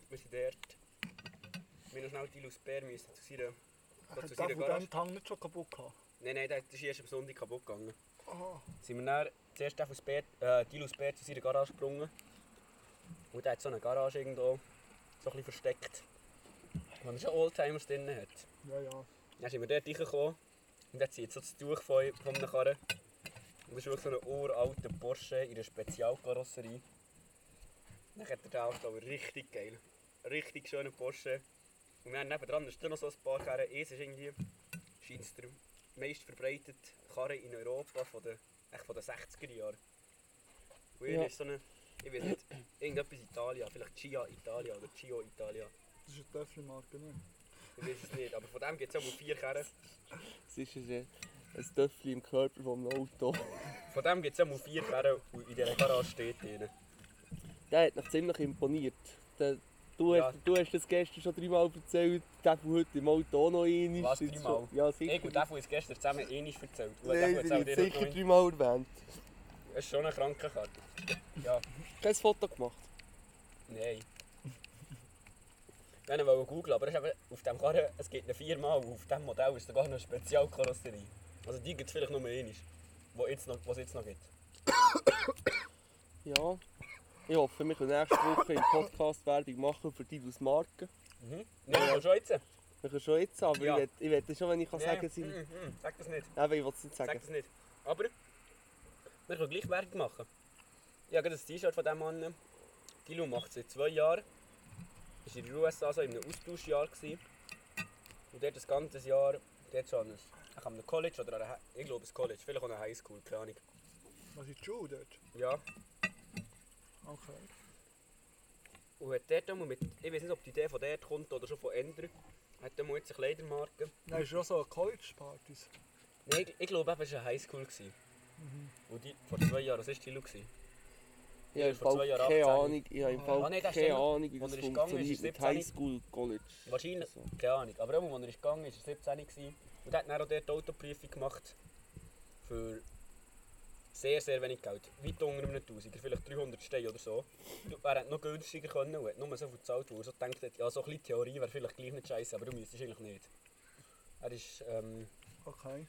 S7: Wir sind dort... Wir haben schnell Dilus Bär müssen zu seiner...
S5: Hat
S7: zu
S5: der
S7: seiner
S5: von
S7: Garage.
S5: diesem Tang nicht schon kaputt gehabt?
S7: Nein, nein, das ist erst am Sonntag kaputt gegangen.
S5: Ah.
S7: Sind wir dann zuerst Def und Bär, äh, Dilus Bär zu seiner Garage gesprungen. Und der hat so eine Garage irgendwo... so ein bisschen versteckt. Wo er schon Oldtimers drin hat.
S5: Ja, ja.
S7: Dann sind wir dort reingekommen und dann zieht so das Tuch von, von einem Karren. Und das ist wirklich so ein uralter Porsche in einer Spezialkarosserie. Dann hat er den Auto aber richtig geil. Richtig schöner Porsche. Und wir haben nebenan da stehen noch so ein paar Karren. Eins ist irgendwie, scheint es der meist verbreitete Karre in Europa von den, echt von den 60er Jahren. Und ja.
S6: Ja.
S7: ist so eine, ich weiß nicht, irgendetwas Italia, vielleicht Gia Italia oder Gio Italia.
S5: Das ist eine Töffelmarke, ne?
S7: Ich weiß es nicht, aber von dem gibt es auch mal vier Karren.
S6: Es ist ein, ein Töffel im Körper vom Auto.
S7: Von dem gibt es einmal vier Karren und in dieser Garage steht drin.
S6: Der hat mich ziemlich imponiert. Der, du,
S7: Ja.
S6: hast, du hast das gestern schon dreimal erzählt, der von heute im Auto auch noch ein ist.
S7: Was,
S6: Jetzt
S7: dreimal?
S6: schon- Ja, sicher.
S7: Ich und der, der uns gestern zusammen ähnlich erzählt hat.
S6: Nein,
S7: Der
S6: ich
S7: hat auch
S6: habe
S7: dir
S6: sicher
S7: noch
S6: dreimal erwähnt.
S7: Es ist schon eine Krankenkarte. Ja,
S6: Kein Foto gemacht.
S7: nein. Wir wollten googeln, aber es ist eben, auf dem Karren, es gibt ihn viermal und auf diesem Modell ist sogar noch eine Spezialkarosserie. Also die gibt es vielleicht nur einmal, wo jetzt noch, was es jetzt noch gibt.
S6: Ja. Ich hoffe, wir können nächste Woche im Podcast Werbung machen für Dilus Marken.
S7: Mhm. Nein,
S6: Ah!
S7: ja. schon jetzt.
S6: Wir können schon jetzt, aber
S7: Ja.
S6: ich wette- ich wette schon, wenn ich kann sagen
S7: Nein,
S6: kann.
S7: mhm, mhm, Sag das nicht.
S6: Aber ich will es nicht
S7: Sag
S6: sagen.
S7: das nicht. Aber wir können gleich Werbung machen. Ich habe gerade ein T-Shirt von diesem Mann. Dilo macht es seit zwei Jahren. Ist in den USA so in einem Austauschjahr. Gewesen. Und dort das ganze Jahr, dort schon an einem- an einem College oder an einer, Hi- ich glaube ein College, vielleicht auch eine Highschool, keine Ahnung.
S5: Was ist die Schule dort?
S7: Ja,
S5: Okay.
S7: und hat dort einmal mit, ich weiß nicht, ob die Idee von dort kommt oder schon von anderen, hat einmal jetzt eine Kleidermarke.
S5: Nein, ist auch so eine College-Partys.
S7: Nein, ich, ich glaube, eben, es war eine Highschool. gewesen. Und die, vor zwei Jahren, was war Dilo? gewesen?
S6: Ich habe im
S7: vor zwei
S6: Fall
S7: Jahren
S6: keine
S7: 18.
S6: Ahnung, ich habe im
S7: Ah,
S6: Fall
S7: nein, das
S6: keine
S7: stimmt.
S6: Ahnung, wie
S7: Wo
S6: das
S7: er ist gegangen,
S6: funktioniert
S7: ist er
S6: mit
S7: 17.
S6: Highschool, College.
S7: Wahrscheinlich,
S6: So.
S7: keine Ahnung. Aber auch, als er ist gegangen ist, er 17 gewesen. und er hat dann auch dort die Autoprüfung gemacht. Für sehr, sehr wenig Geld. Weit unter einem Tausiger, vielleicht 300 Steine oder so. Und Er hätte noch günstiger können und hat nur so viel gezahlt, wo er so gedacht hat, ja, so ein bisschen Theorie wäre vielleicht gleich nicht scheiße, aber du müsstest eigentlich nicht. Er ist, ähm,
S5: Okay.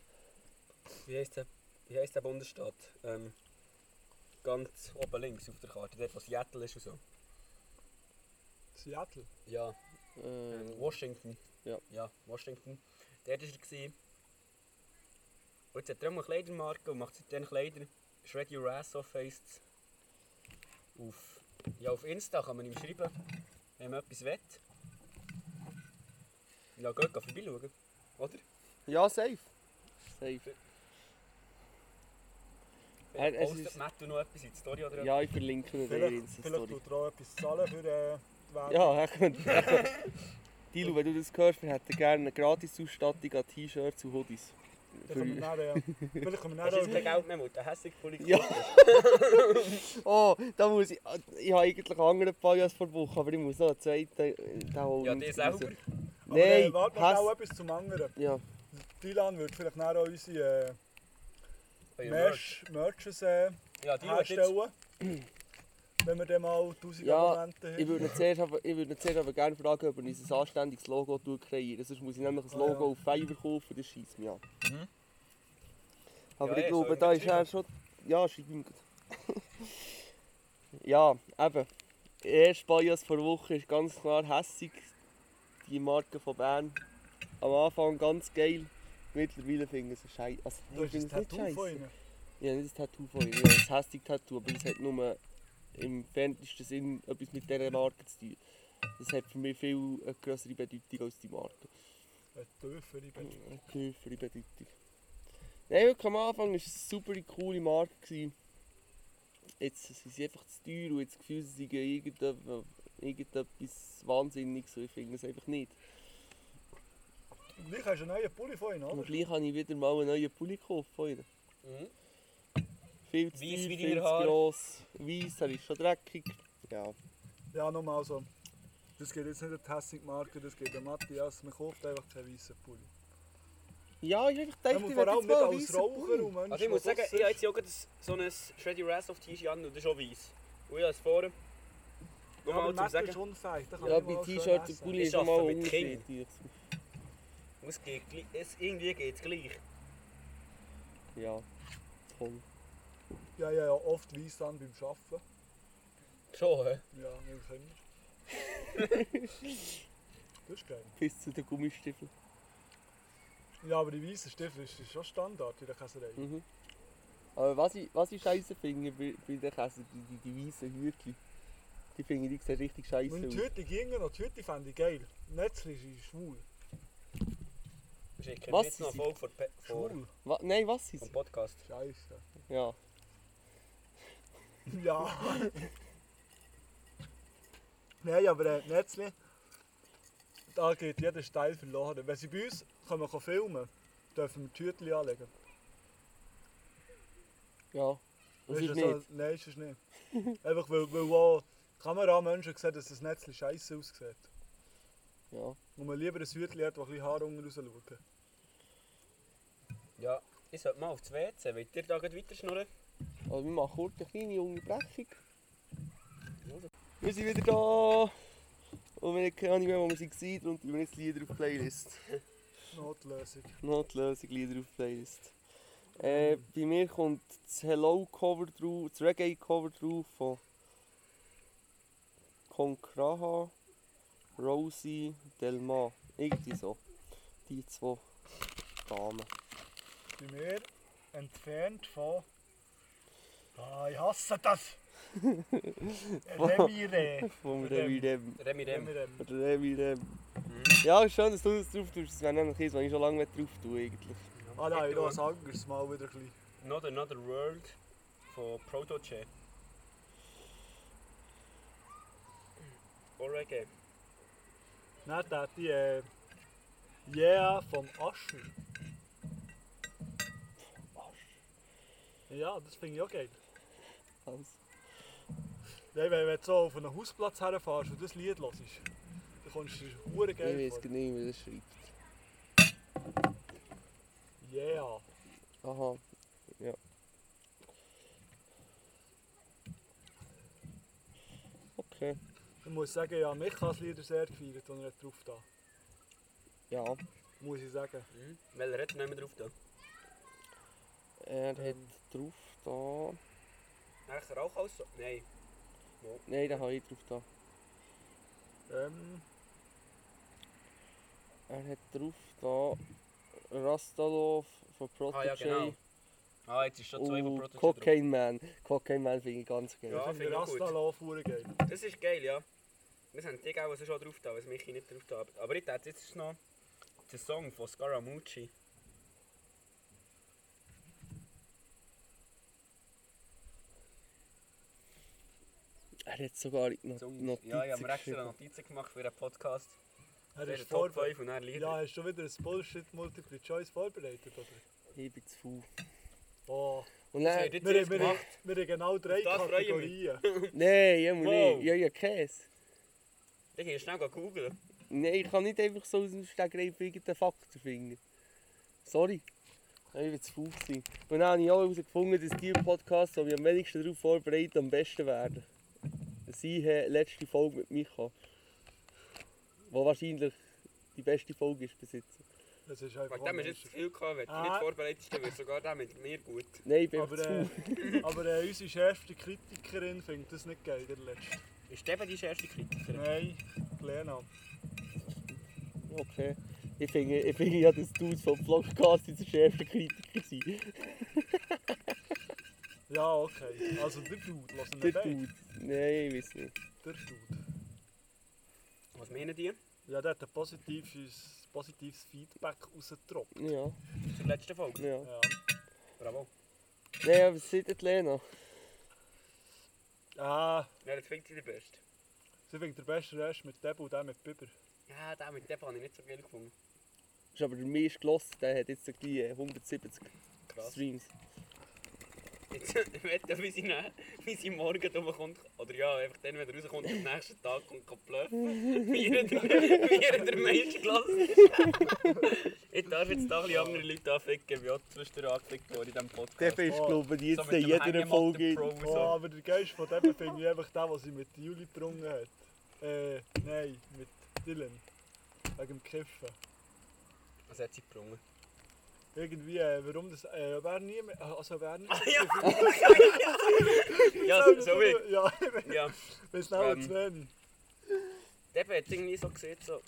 S7: wie heisst der, wie heisst der Bundesstaat? Ähm, ganz oben links auf der Karte, dort wo Seattle ist und so.
S5: Seattle.
S7: Ja,
S6: Ähm,
S7: Washington.
S6: ja.
S7: Ja, Washington. Dort war er. Gewesen. Und jetzt hat er auch mal eine Kleidermarke und macht seitdem Kleider. Shred Your Ass Off heisst es. Auf, ja, auf Insta kann man ihm schreiben, wenn man etwas will. Ja, geht geh vorbeischauen. Oder?
S6: Ja, safe. Safe. Ja, es
S7: Postet
S6: ist-
S7: Matthew noch etwas in die Story oder
S6: Ja, ich verlinke ihn in der
S5: Vielleicht, vielleicht
S6: Insta-Story.
S5: tut er auch etwas zahlen für äh, die Werbung.
S6: Ja, er könnte. Dilu, wenn du das hörst, wir hätten gerne eine Gratis-Ausstattung an T-Shirts und Hoodies.
S5: Dann können wir dann, äh, vielleicht können wir
S7: Hast du jetzt
S5: dann
S7: kein Geld mehr, weil der hässliche Politiker
S6: Ja. Oh, da muss ich. Ich habe eigentlich einen anderen Bias vor der Woche, aber ich muss noch einen zweiten. äh, Den holen. Also,
S7: Ja, der selber.
S5: Aber, äh,
S6: Nein,
S5: warte mal,
S6: Hass-
S5: auch etwas zum anderen.
S6: Ja,
S5: Dylan würde vielleicht dann auch unsere äh,
S7: Ja,
S5: Merch, Merches äh,
S7: Ja, die hat jetzt...
S5: herstellen. Wenn wir dann mal 1000
S6: Ja,
S5: Abonnenten
S6: ich
S5: haben.
S6: würde ihn zuerst aber, ich würde ihn zuerst aber gerne fragen, ob er uns ein anständiges Logo kreiert. Sonst muss ich nämlich ein
S5: Ah, ja.
S6: Logo auf Fiverr kaufen, das schießt mich an.
S5: Mhm.
S6: Aber
S7: Ja,
S5: eh,
S6: ich
S7: ey,
S6: glaube,
S7: soll ich
S6: da
S7: mir
S6: ist er schon. Ja, schreib ihm gut. ja, eben. Erst Bias vor der Woche ist ganz klar hässig. Die Marke von Bern. Am Anfang ganz geil. Mittlerweile finde ich es scheiße. Also,
S5: Du hast ein
S6: ich finde es nicht
S5: Tattoo von
S6: scheisse.
S5: ihnen.
S6: Ja, nicht ein Tattoo von ihm, ja, ein hässliches Tattoo, aber es hat nur im fernsten Sinn etwas mit dieser Marke zu tun. Das hat für mich viel eine größere Bedeutung als die Marke.
S5: Eine tiefere Bedeutung.
S6: Eine tiefere Bedeutung. Nein, wirklich am Anfang war es eine super coole Marke. Gewesen. Jetzt sind sie einfach zu teuer und jetzt das Gefühl, sie sind irgendwo irgendetwas Wahnsinniges, ich finde es einfach nicht.
S5: Und gleich hast du einen neuen Pulli von ihnen,
S6: Und
S5: oder?
S6: gleich habe ich wieder mal einen neuen Pulli gekauft von ihnen.
S7: Mhm.
S6: Viel zu
S7: Weiss
S6: tief,
S7: wie
S6: viel
S7: deine
S6: zu
S7: Haare.
S6: gross. Weiss, er ist schon dreckig. Ja.
S5: Ja, nochmal so. Das geht jetzt nicht an die Hessig-Marke, das geht an Matthias. Man kauft einfach keinen weißen Pulli.
S6: Ja, ich habe
S5: Ja,
S6: gedacht,
S5: man
S6: ich
S5: vor
S6: werde
S5: allem
S6: jetzt
S5: nicht
S6: mal einen
S5: als
S6: weissen
S5: Raucher
S6: Pulli.
S5: und Mensch,
S7: Also ich muss
S5: der
S7: sagen, ich
S5: draussen
S7: habe jetzt auch gerade so ein Shreddy Razz auf T-Shirt an und das ist auch weiss. Und ich habe es vorher...
S5: ist.
S7: Noch
S5: Ja,
S7: mal
S5: aber
S7: zu
S5: Matt ist
S7: sagen,
S5: unfähig, da kann
S6: Ja,
S5: ich
S6: bei
S5: mal schön
S6: T-Shirt und
S5: essen.
S6: Pulli
S7: Ich
S6: ist schon mal
S7: arbeite mit
S6: Unterschied.
S7: es geht, gleich- es, irgendwie geht es gleich.
S6: Ja, toll.
S5: Ja, ja, ja, oft weiss dann beim Arbeiten.
S7: Schon, hä?
S5: Ja, wir können. das ist geil.
S6: Bis zu den Gummistiefeln.
S5: Ja, aber die weißen Stiefel ist, ist schon Standard in der Käserei.
S6: Mhm. Aber was ich, was ich scheiße finde bei, bei den Käse, die, die, die weißen Hütchen. Die finde ich, die sehen richtig scheiße
S5: Und die
S6: aus.
S5: Hütte gingen noch, die Hütte fände ich geil. Netzli ist schwul.
S7: Schicken
S6: Was
S7: wir jetzt noch
S6: sind-
S7: Erfolg vor, Pe- vor
S5: Schwul?
S6: Wa Nein, was sind
S7: vom
S6: sie?
S7: Podcast.
S5: Oh, Scheiße.
S6: Ja.
S5: Ja. Nein, aber äh, Netzli, da geht jeder Steil verloren. Wenn sie bei uns kommen, können filmen dürfen wir die Hütchen anlegen.
S6: Ja. Das
S5: Weißt
S6: ist
S5: du, so-
S6: nicht.
S5: Nein, ist es nicht. Einfach weil, weil auch Kameramenschen sehen, dass das Netzli scheiße aussieht.
S6: Ja.
S5: Und man lieber ein Hütchen hat, das ein bisschen Haare unten raus schaut.
S7: Ja, ich sollte mal aufs WC. Wollt ihr da gleich weiter schnurren?
S6: Also wir machen kurz eine kleine Unterbrechung. Wir sind wieder da. Und wir haben keine Ahnung mehr, wo wir waren. Und wir haben jetzt Lieder auf die Playlist.
S5: Notlösung.
S6: Notlösung Lieder auf die Playlist. Äh, bei mir kommt das Hello-Cover drauf, das Reggae-Cover drauf von Conkraha, Rosie, Delma. Irgendwie so. Die zwei Damen.
S5: Bei mir entfernt von. Ah, ich hasse das! äh, Remire.
S6: Von Remirem.
S7: Remi Rem.
S5: Remirem.
S6: Remirem. Ja, schön, dass du das drauf tust. Das wäre nämlich eins, was ich schon lange drauf tue eigentlich.
S5: Ah nein, ich lasse Angers mal wieder ein bisschen.
S7: Not Another World von Protoche. Oregon.
S5: Nein, da die. Äh, yeah, vom Ascher. Ja, das finde ich auch geil.
S6: Also,
S5: Ja, wenn wenn du so auf einen Hausplatz herfährst und das Lied hörst, dann kommst du dir hure
S6: ich
S5: geil
S6: weiß
S5: vor.
S6: gar nicht, wie das schreibt.
S5: Yeah.
S6: Aha. Ja. Okay.
S5: Ich muss sagen, ja, mich hat das Lied sehr gefeiert, als er drauf da.
S6: Ja.
S5: Muss ich sagen.
S7: Mhm. Welcher hat nicht mehr drauf da?
S6: Er hat drauf da.
S7: Echt Rauch aus? Nein.
S6: Nein, da habe ich drauf da.
S5: Ähm,
S6: Er hat drauf da. Rastalov von Protege.
S7: Ah ja, genau. Ah, jetzt ist schon zwei von
S6: Und
S7: Protoche drauf.
S6: Cocaine Man. Cocaine Man finde ich ganz geil.
S7: Ja,
S5: ich
S7: finde
S5: finde
S7: ich auch
S5: Rasta
S7: gut.
S5: Lauf hure geil.
S7: Das ist geil, ja. Wir haben die auch schon drauf da, was mich nicht drauf da. hat. Aber ich hätte jetzt noch den Song von Scaramucci.
S6: Er hat sogar noch
S7: So,
S6: Notizen
S7: ja, ich habe mir extra
S6: geschrieben.
S7: Notizen gemacht für den Podcast.
S5: Er
S7: Das
S5: ist
S7: ist Top
S5: vorbereitet.
S7: 5 und dann Lieder.
S5: Ja, hast du schon wieder ein Bullshit Multiple Choice vorbereitet, oder?
S6: Ich bin zu faul.
S5: Oh.
S6: Und
S7: Das
S6: dann,
S7: habt ihr
S5: Wir,
S7: zuerst
S5: haben- wir, haben-
S7: gemacht.
S5: wir haben genau drei
S7: Das freue ich mich.
S5: Kategorien.
S6: nein, ich muss
S7: Wow.
S6: nicht. Ja, ja, Käse.
S7: Ich gehe schnell googeln.
S6: Nein, ich kann nicht einfach so aus dem Stegreif irgendeinen Faktor finden. Sorry. Ich war zu faul. gewesen. Und dann habe ich auch herausgefunden, dass die Podcasts, die mich am wenigsten darauf vorbereiten, am besten werden. Siehe letzte Folge mit Micha. Wo wahrscheinlich die beste Folge ist bis jetzt.
S5: Das ist einfach
S7: Wegen dem hast du jetzt
S5: unmenschlich.
S7: das Gefühl gehabt, wenn du
S5: Ah.
S7: nicht vorbereitet bist, dann wird sogar der mit mir gut.
S6: Nein, ich bin
S5: Aber,
S6: einfach zu
S5: äh,
S6: faul.
S5: aber äh, unsere schärfste Kritikerin findet das nicht geil, der letzte.
S7: Ist der die erste Kritiker?
S5: Nein, Lena.
S6: Okay. Ich finde, ich finde ja, dass du vom Vlogcast unser schärfster Kritiker sein.
S5: Ja, okay. Also der Dude, lass ihn
S6: Der
S5: nicht weg.
S6: Dude. Nein, ich weiß nicht.
S5: Der Dude.
S7: Was meinen die?
S5: Ja, der hat ein positives, positives Feedback rausgetroppt.
S6: Ja,
S7: Zur letzten Folge.
S6: ja.
S5: Ja.
S7: Bravo.
S6: Nein, aber was sagt denn die Lena?
S5: Ah,
S7: Ja, jetzt fängt sie der Beste.
S5: Sie fängt der beste Rest mit dem und dem mit Biber.
S7: Ja, den mit dem habe ich nicht so geil gefunden.
S6: Ist aber der meist gelost, der hat jetzt so gleich äh, 170
S7: Krass.
S6: Streams.
S7: Jetzt wird er, wie sie, ne- wie sie eh, morgen rumkommt. Oder ja, einfach dann, wenn er rauskommt, am nächsten Tag kommt er blöffen. Wir haben den meisten gelassen. ich darf jetzt da ein bisschen andere Leute anficken, wie auch zwischendurch angefickt wurde in diesem
S6: Der
S7: Podcast.
S6: ist, glaube ich,
S7: So
S6: jetzt
S7: mit
S6: in
S7: dem
S6: jeder
S7: Hängematte
S6: Folge.
S7: Pro
S6: drin.
S7: und
S5: Oh,
S7: so.
S5: aber der Geist von dem finde ich einfach den, den sie mit Juli getrunken hat. Äh, nein, mit Dylan. Wegen dem Kiffen.
S7: Was hat sie gebrungen?
S5: Irgendwie, äh, warum das. Äh, ob er nie mehr. Also, ob er nie.
S7: ja, ja so, so wie.
S5: Ja,
S7: Ja.
S5: wir schnell
S7: Ähm.
S5: zu wenig.
S7: Der hat irgendwie so gesehen, so.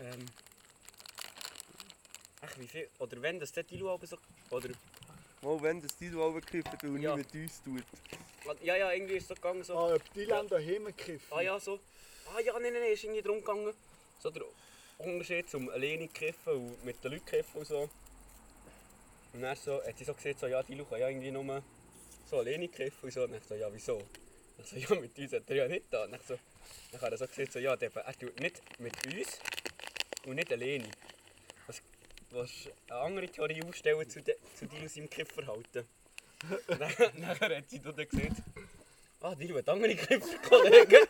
S7: Ähm, ach, wie viel. Oder wenn das der Dilo aber so. Oder.
S6: Mal wenn das Dino runterkippt und
S7: Ja.
S6: nicht mit uns tut.
S7: Ja, ja, irgendwie ist es so gegangen. So.
S5: Ah, ob Dylan daheim gekifft.
S7: Ah ja, so. Ah ja, nein, nein, nein, ist irgendwie drum gegangen. So der Unterschied zum alleine kiffen und mit den Leuten kiffen und so. Und dann so, hat sie so gesagt, so, ja, die Leute können ja irgendwie nur so alleine kiffen und so. Und ich so, ja, wieso? Ich so, ja, mit uns hat er ja nicht da. Und ich so, dann hat er so gesagt, so, ja, der, er tut nicht mit uns und nicht alleine. Was, was eine andere Theorie aufstellen zu, de, zu dir und seinem Kiffverhalten. Und dann, nachher hat sie dann gesagt, ah, die hat andere Kifferkollegen.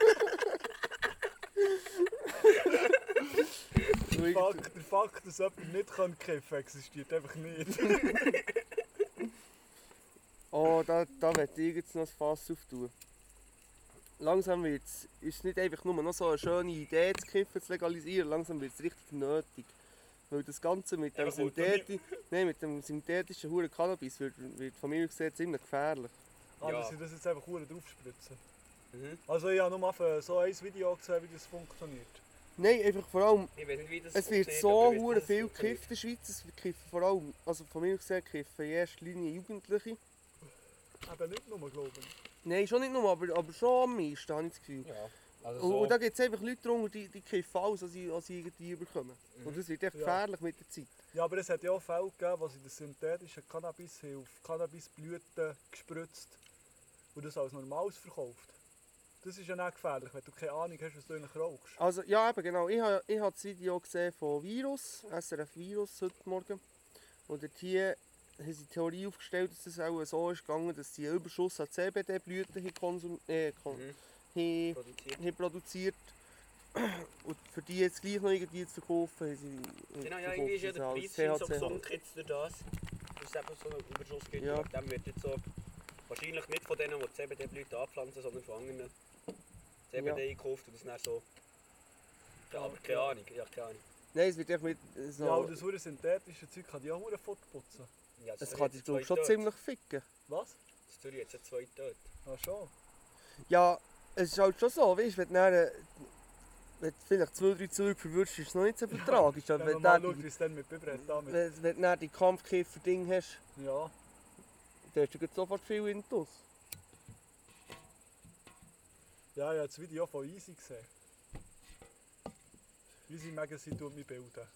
S5: Der Fakt, der Fakt, dass jemand nicht kann kiffen kann, existiert einfach nicht.
S6: Oh, da, da möchte ich jetzt noch ein Fass auftun. Langsam wird's, ist es nicht einfach nur noch so eine schöne Idee, zu kiffen zu legalisieren, langsam wird es richtig nötig. Weil das Ganze mit dem,
S7: Einfach gut,
S6: Syntheti Nein, mit dem syntätischen Huren Cannabis wird, wird von mir aus gesehen ziemlich gefährlich.
S5: Ah,
S7: Ja.
S5: dass sie das jetzt einfach hure draufspritzen.
S7: Mhm.
S5: Also ich habe nur mal so ein Video gesehen, wie das funktioniert.
S6: Nein, einfach vor allem,
S7: Ich weiß nicht, wie das
S6: es wird
S7: funktioniert,
S6: so
S7: aber ich weiß,
S6: hure
S7: dass es
S6: viel
S7: funktioniert.
S6: gekifft in der Schweiz. Es kiffen vor allem, also von mir aus gesehen kiffen in erster Linie Jugendliche.
S5: Eben nicht nur, glaube ich.
S6: Nein, schon nicht nur, aber, aber schon am meisten, habe ich das Gefühl.
S7: Ja, also
S6: Und,
S7: so.
S6: und Oh, da gibt es einfach Leute drunter, die, die kiffen alles, was sie, was sie irgendwie überkommen.
S7: Mhm.
S6: Und das wird echt
S5: Ja.
S6: gefährlich mit der Zeit.
S5: Ja, aber es hat ja auch Fälle gegeben, wo sie das synthetische Cannabis haben auf Cannabisblüten gespritzt und das als normales verkauft. Das ist ja nicht gefährlich, wenn du keine Ahnung hast, was du eigentlich rauchst.
S6: Also, ja, eben, genau. Ich habe ich hab das Video gesehen von Virus, SRF Virus, heute Morgen. Und dort hier haben sie die Theorie aufgestellt, dass es auch so ist gegangen, dass die einen Überschuss an CBD-Blüten haben konsum- äh, kon
S7: Mhm.
S6: haben-
S7: produziert.
S6: haben produziert Und für die jetzt gleich noch irgendwie zu verkaufen, haben sie.
S7: Genau, ja,
S6: verkaufen
S7: irgendwie ist ja
S6: sie
S7: der
S6: als
S7: Preis schon so
S6: THC.
S7: gesunken jetzt durch das. Dass es eben so einen Überschuss gibt.
S6: Ja.
S7: Ja. Dem wird jetzt so, wahrscheinlich nicht von denen, die CBD-Blüten anpflanzen, sondern von anderen CBD gekauft und das dann so... Ja, aber keine Ahnung, ja, keine Ahnung.
S6: Nein, es wird echt mit. äh, So,
S5: Ja, und das hure synthetische Zeug kann die auch hure fortputzen.
S7: Ja,
S6: es
S7: Zürich
S6: kann
S7: hat
S6: dich,
S7: zwei
S6: glaub ich, schon
S7: Tote.
S6: ziemlich ficken.
S5: Was?
S7: In Zürich hat es ja zwei Tote.
S5: Ah schon.
S6: Ja, es ist halt schon so, weißt du, wenn du dann, äh, wenn du vielleicht zwei, drei Züge verwirrst, ist es noch nicht so tragisch.
S5: Wenn
S6: Aber
S5: man
S6: wenn,
S5: mal
S6: dann
S5: schaut, wie
S6: die-
S5: es dann mit Biber hat damit.
S6: wenn, wenn du dann die Kampfkäfer-Ding hast,
S5: Ja.
S6: dann hast du gleich sofort viel Intus.
S5: Ja, ich habe das Video von Easy gesehen. Easy Magazine tut mich bilden.
S7: Ja,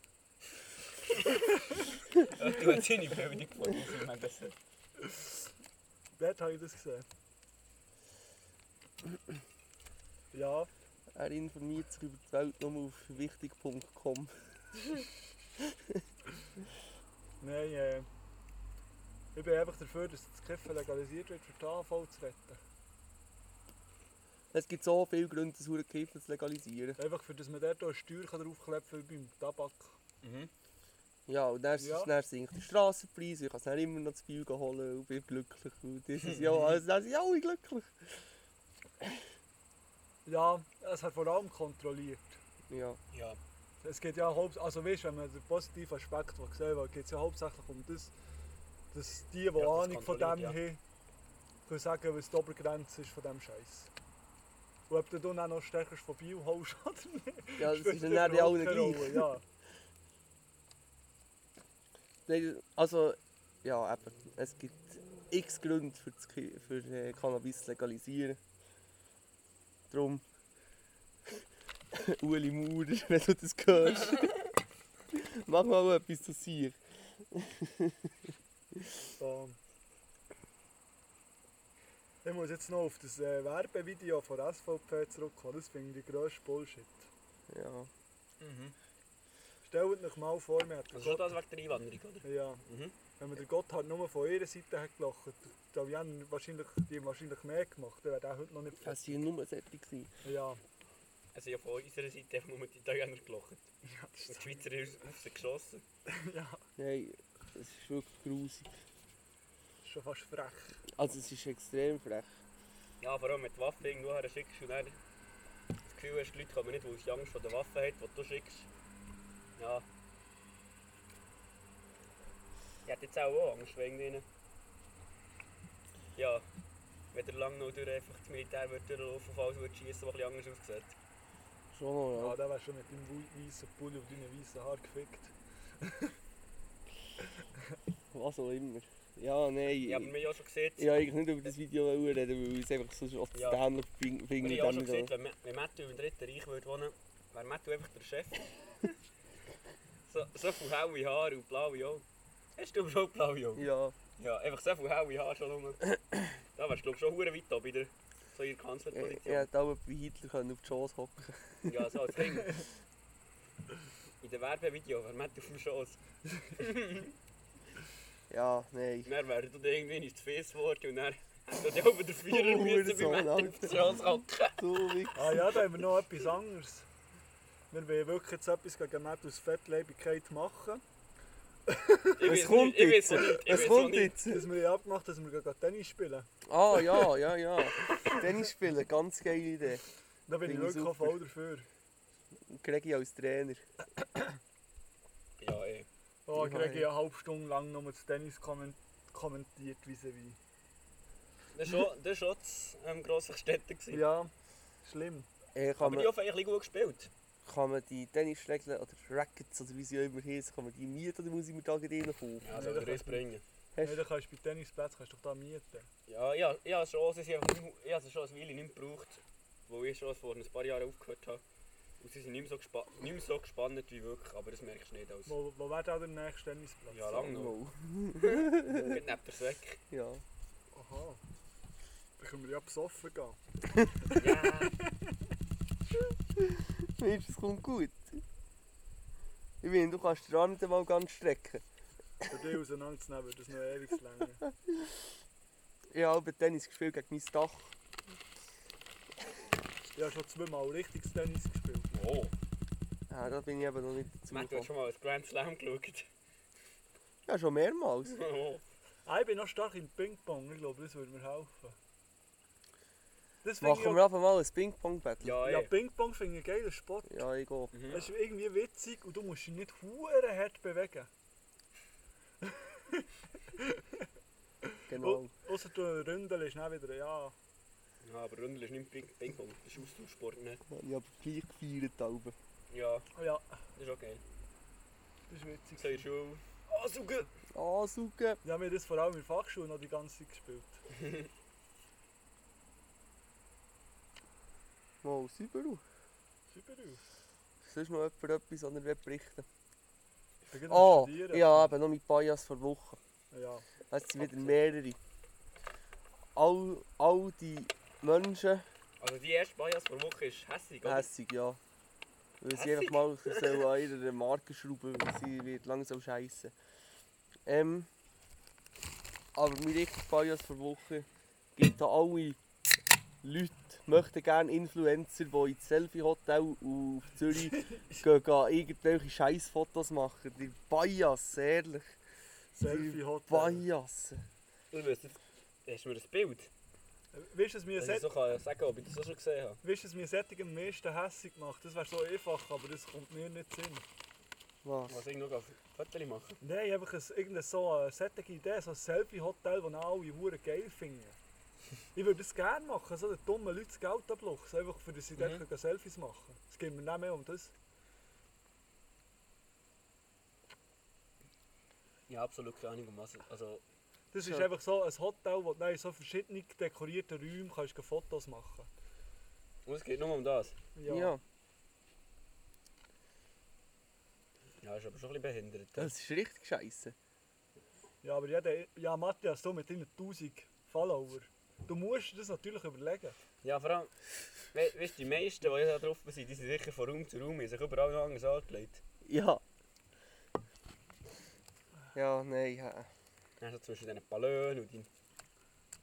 S7: du hast seine Bildung gefunden, das ist mein Besser.
S5: Dort habe ich das gesehen. Ja,
S6: Er informiert sich über die Welt nur auf wichtig.com.
S5: nein, äh, ich bin einfach dafür, dass das Kiffen legalisiert wird, für die AHV zu retten.
S6: Es gibt so viele Gründe, das Hurenkiffen zu legalisieren.
S5: Einfach, für, dass man dort auch eine Steuer kann draufklepfen kann wie beim Tabak.
S6: Ja, und dann, ist-
S5: Ja.
S6: dann sinkt der Strassenpreis, ich kann es dann immer noch zu Bier holen und bin glücklich. Und dieses Jahr,
S5: Mhm.
S6: also dann sind alle glücklich.
S5: Ja, es wird vor allem kontrolliert.
S6: Ja.
S7: Ja.
S5: Es geht ja hauptsächlich, also weißt, wenn man den positiven Aspekt will sehen will, geht es ja hauptsächlich um das, dass die, die
S7: das
S5: Ahnung von dem
S7: kontrolliert,
S5: haben, können sagen, was die Obergrenze ist von dem Scheiß. Und ob du dann auch noch stärker von Bio holst oder nicht,
S6: ja, das ist
S5: spielt
S6: dann auch die
S5: überhaupt
S6: allen
S5: keine
S6: gleich.
S5: Rolle, Ja.
S6: Nein, also, ja, eben. Es gibt x Gründe für, das, Ki- für äh, Cannabis zu legalisieren. Drum. Uli Maurer, wenn du das hörst. Mach mal etwas zu sich.
S5: So. Ich Ich muss jetzt noch auf das äh, Werbevideo von der SVP zurückkommen. Das finde ich der grösste Bullshit.
S6: Ja.
S5: Stellt euch mal vor, man hat den
S7: Also schon
S5: Gott,
S7: das wegen der Einwanderung, oder?
S5: ja,
S7: Mhm.
S5: wenn man den Gotthard nur von ihrer Seite hat gelacht hätte, die Italiener wahrscheinlich, die haben wahrscheinlich mehr gemacht. Dann wäre der heute noch nicht
S6: Das waren nur solche. gewesen.
S5: Ja,
S7: Also ich habe von unserer Seite einfach nur mit den Italiener gelacht. Und die Schweizer haben auf sie geschossen.
S5: ja,
S6: Nein, das ist wirklich grusig.
S5: das ist schon fast frech.
S6: Also es ist extrem frech.
S7: Ja, vor allem mit Waffen irgendwo her schickst und dann das Gefühl hast, die Leute kommen nicht, weil sie Angst vor der Waffe haben, die du schickst. Ja. Ich hätte jetzt auch, auch Angst wegen denen. Ja. Wenn der lang noch durch einfach das Militär würde durchlaufen würde, falls würde schießen, was ein bisschen anders aussieht.
S6: Schon noch,
S5: Ja,
S6: ja.
S5: Ah, der wäre schon mit deinem weißen Pulli und deinen weißen Haaren gefickt.
S6: Was auch immer. Ja, nein.
S7: Ich habe mir ja schon gesehen,
S6: Ich wollte eigentlich nicht über das Video reden, weil ich es einfach so
S7: Ja.
S6: ja. dämlich finde.
S7: ich
S6: finde
S7: habe
S6: ich
S7: ja
S6: dann
S7: schon gesehen
S6: nicht.
S7: wenn, Ma- wenn Matthew im Dritten Reich würde wohnen wäre Matthew einfach der Chef. so, so viel helle Haare und blaue Augen. Hast du überhaupt blaue Augen?
S6: Ja,
S7: Ja, einfach so viel helle Haare schon rum. Da wärst du glaub, schon hure weit oben in der, so in der
S6: ich, ich
S7: Kanzlerposition.
S6: hätte auch bei Hitler können auf die Chance hocken
S7: Ja, so als Kind. In dem Werbevideo, wer macht auf dem Schoss?
S6: Ja, nein.
S7: Dann wäre du irgendwie ins Fes geworden und dann hättest du auch über den Vierer
S6: Oh,
S7: müssen
S6: so,
S7: bei Matthew auf
S6: Alter.
S7: der Schoss hocken.
S6: So wie.
S5: Ah ja, da haben wir noch etwas anderes. Wir wollen wirklich jetzt etwas gegen Matthews Fettleibigkeit machen.
S7: Ich
S6: Es
S7: weiss
S6: kommt
S7: nicht, ich
S6: jetzt.
S7: weiss auch nicht, ich
S6: Es
S7: weiss auch
S6: kommt
S7: nicht.
S6: jetzt.
S5: Dass wir ja abgemacht haben, dass wir gegen Tennis spielen.
S6: Ah, ja, ja, ja. Tennis spielen, ganz geile Idee.
S5: Da bin ich
S6: Finde ich
S5: wirklich auch
S6: super.
S5: voll dafür.
S6: Und Kriege ich als Trainer.
S7: Ja, eh. ey.
S5: Oh, ich
S6: Ja,
S5: kriege
S6: ja.
S5: eine halbe Stunde lang nur das Tennis kommen- kommentiert vis-à-vis.
S7: Das war schon, das ist schon das ähm, grosse Städte. Ja,
S5: Ja, schlimm.
S6: Äh, kann,
S7: Aber die
S6: man,
S7: haben eigentlich gut gespielt.
S6: kann man die Tennisschläge oder Rackets oder wie sie auch immer heißen, kann man die mieten oder muss ich mir da gerade kaufen?
S7: Ja,
S5: soll
S7: soll
S5: er
S7: dir bringen.
S5: Ja, da kannst du bei Tennisplätzen kannst du doch da mieten.
S7: Ja, ich, ich habe schon, sie sind einfach nicht, mehr- ich habe sie schon eine Weile nicht mehr gebraucht, wo ich schon vor ein paar Jahren aufgehört habe. Und sie sind nicht mehr so, gespa nicht mehr so gespannt wie wirklich, aber das merkst du nicht aus.
S5: Wo, wo wäre da der nächste Tennisplatz?
S7: Ja, lang noch.
S6: Mal.
S7: Geht neben der Säck.
S6: Ja.
S5: Aha. Da können wir ja besoffen gehen.
S7: Ja,
S6: Meinst du, es kommt gut? Ich meine, du kannst den Arm nicht mal ganz strecken.
S5: Für dich auseinanderzunehmen würde das noch ewig länger.
S6: Ich habe eben Tennis gespielt gegen mein Dach.
S5: Ich habe schon zweimal richtiges Tennis gespielt.
S7: wow.
S6: Ja, da bin ich eben noch nicht dazu
S7: Man hat
S6: gekommen.
S7: schon mal ein Grand Slam geschaut.
S6: Ja, schon mehrmals.
S7: Wow.
S5: Ah, ich bin noch stark im Ping-Pong. Ich glaube, das würde mir helfen. Das finde ich
S6: Machen wir einfach mal ein Ping-Pong-Battle.
S7: Ah, Ja,
S5: Ja, Mhm.
S7: ey.
S5: Ping-Pong finde ich einen geilen Sport.
S6: Ja, ich gehe.
S5: Das ist irgendwie witzig und du musst dich nicht hure hart bewegen.
S6: Genau.
S5: Au- Außer du ründelst dann wieder, ja.
S7: Ja, aber Rundel ist nicht mehr Ping- Ping-Pong, das ist Austauschsport. Ne?
S6: Ich habe gleich gefeiert. Alben.
S7: Ja,
S5: Ah, Ja,
S7: das ist auch geil.
S5: das ist witzig. Ah,
S7: Ich sehe schon. Oh, so gut.
S6: Ah, Ansuchen.
S5: Ja, wir haben das vor allem in Fachschulen noch die ganze Zeit gespielt.
S6: Mal Subaru.
S5: Super aus.
S6: Sonst noch jemand etwas, was er will berichten
S5: Ich bin gerade am
S6: Ah,
S5: Studieren.
S6: ich habe eben noch mit Bias vor Wochen.
S5: Ja.
S6: Es sind wieder mehrere. All, all die Menschen
S7: Also die erste Bias pro Woche ist hässlich, oder?
S6: hässig, ja. Weil sie
S7: Hässig?
S6: einfach mal sollen an ihrer Marke schrauben, weil sie wird langsam scheiße. Ähm, aber mein richtig Bias vor Woche gibt da alle Leute, möchten gerne Influencer, die ins Selfie-Hotel auf Zürich gehen, gehen irgendwelche Scheißfotos machen. Die Bias, ehrlich.
S5: Selfie Hotel.
S6: Bias.
S7: Du weißt, jetzt hast du mir ein Bild,
S5: Weißt du, was mir
S7: dass ich
S5: seit-
S7: so kann sagen ob ich das auch schon gesehen habe.
S5: weisst du, was mir Sättig am meisten hässlich macht? Das wäre so einfach, aber das kommt mir nicht in den Sinn.
S6: Was?
S7: Was ich noch auf Fotos machen.
S5: Nein, einfach ein, irgendeine so eine sättige Idee, so ein Selfie-Hotel, das alle hure geil finden. Ich würde das gerne machen, so den dummen Leuten das Geld abluchsen, einfach für dass sie dort können Selfies machen können. Es geht mir nicht mehr um das.
S7: Ja, absolut keine Ahnung, um was. Also,
S5: Das ist
S6: Ja.
S5: einfach so ein Hotel, wo du dann in so verschiedene dekorierte Räume kannst du Fotos machen
S7: und es geht nur um das.
S6: Ja.
S7: Ja, ist aber schon ein bisschen behindert.
S6: das ist richtig scheiße.
S5: Ja, aber jeder, ja, Matthias, du mit deinen 1000 Follower, Du musst dir das natürlich überlegen.
S7: Ja, vor allem, we weißt du, die meisten, die da drauf sind, die sind sicher von Raum zu Raum, haben sich überall noch anders angelegt.
S6: Ja. Ja, nein, ja.
S7: Also zwischen diesen Ballonen und Ah, den.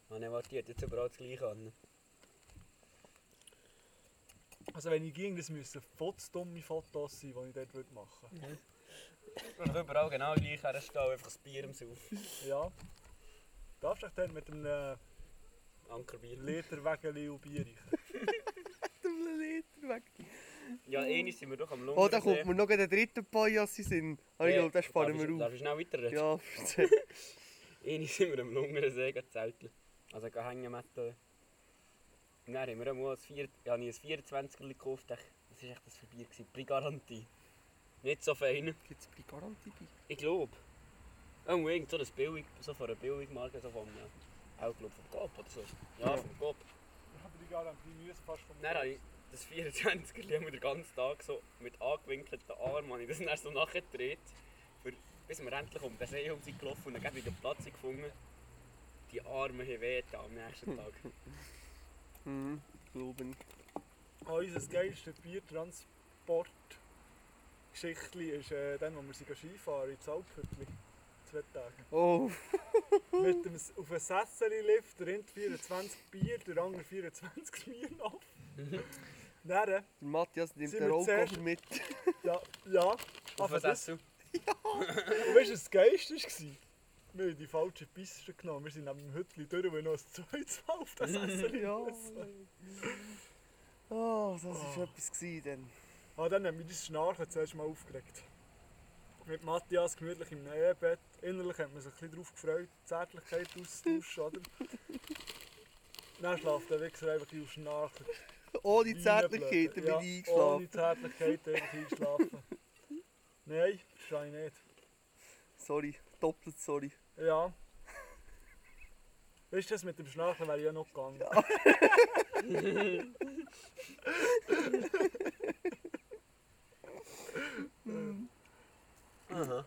S7: Man erwartet jetzt überall das Gleiche an.
S5: Also wenn ich ging, das müssen dumme Fotos sein, die ich dort würde machen würde.
S7: Und überall genau gleich herstehen, einfach das Bier im Sauf.
S5: Ja. Darfst du dich dann mit einem
S7: Ankerbier.
S5: Liter Wägeli und Bier reichen?
S7: Ja, ähnlich sind wir doch am Lumpen.
S6: Oh, da kommt mir noch der dritte Pajas in den Sinn. Aber ich glaube, den sparen wir
S7: Darf
S6: auf.
S7: ich schnell weiterreden?
S6: Ja, verzeih.
S7: Einmal sind wir am Lungerensee gezeltet. Also gehen hängen mit da. Und dann haben wir einmal ein, vier, ja, ich ein 24er gekauft. Ich dachte, Das war echt das Verbier. gewesen. Brigarantie. Nicht so fein.
S6: Gibt es bei Garantie bei?
S7: Ich glaube. Irgendwo irgend so ein billig, so von einer Billigmarke, so vom, äh, auch glaub, vom Coop oder so. Ja, vom Coop.
S5: Aber die Garantie müssen fast von
S7: Dann habe ich das 24 er den ganzen Tag so mit angewinkelten Armen habe ich das dann so nachgedreht, für, bis wir endlich um den See um sind gelaufen und dann gleich wieder Platz gefunden. Die Arme haben weh am nächsten Tag.
S6: Mhm, glauben.
S5: Oh, unser geilste Biertransport Geschichtli ist äh, dann, wo wir sind Skifahren ins Alphütli. Zwei Tage.
S6: Oh,
S5: Mit dem, S- auf einem Sesseli-Lift, der eine 24 Bier, der andere 24 Bier noch. Dann,
S6: der Matthias nimmt
S5: Sind
S6: den
S5: wir
S6: Rollkoffer
S5: zuerst-
S6: mit.
S5: ja, ja.
S7: Auf
S5: aber
S7: ein
S5: das-
S7: Sessel.
S5: Und weißt du, was das Geilste war? Wir haben die falsche Piste genommen. Wir sind neben dem Hütli durch, weil noch ein zweites Mal auf das Sesseli
S6: Ja.
S5: müssen.
S6: Oh, das war etwas gewesen dann.
S5: Ah, dann haben wir das Schnarchen zuerst mal aufgeregt. Mit Matthias gemütlich im Nähbett. Innerlich hat man sich ein bisschen darauf gefreut, die Zärtlichkeit auszutauschen, oder? Dann schlaft der Wichser einfach ein und schnarcht.
S6: Ohne Zärtlichkeit, dann bin
S5: Ja,
S6: ich
S5: Ohne
S6: eingeschlafen.
S5: Zärtlichkeit einfach eingeschlafen. Nein, verstehe ich nicht.
S6: Sorry, doppelt sorry.
S5: Ja. Weißt du, das mit dem Schnarchen wäre ja noch gegangen.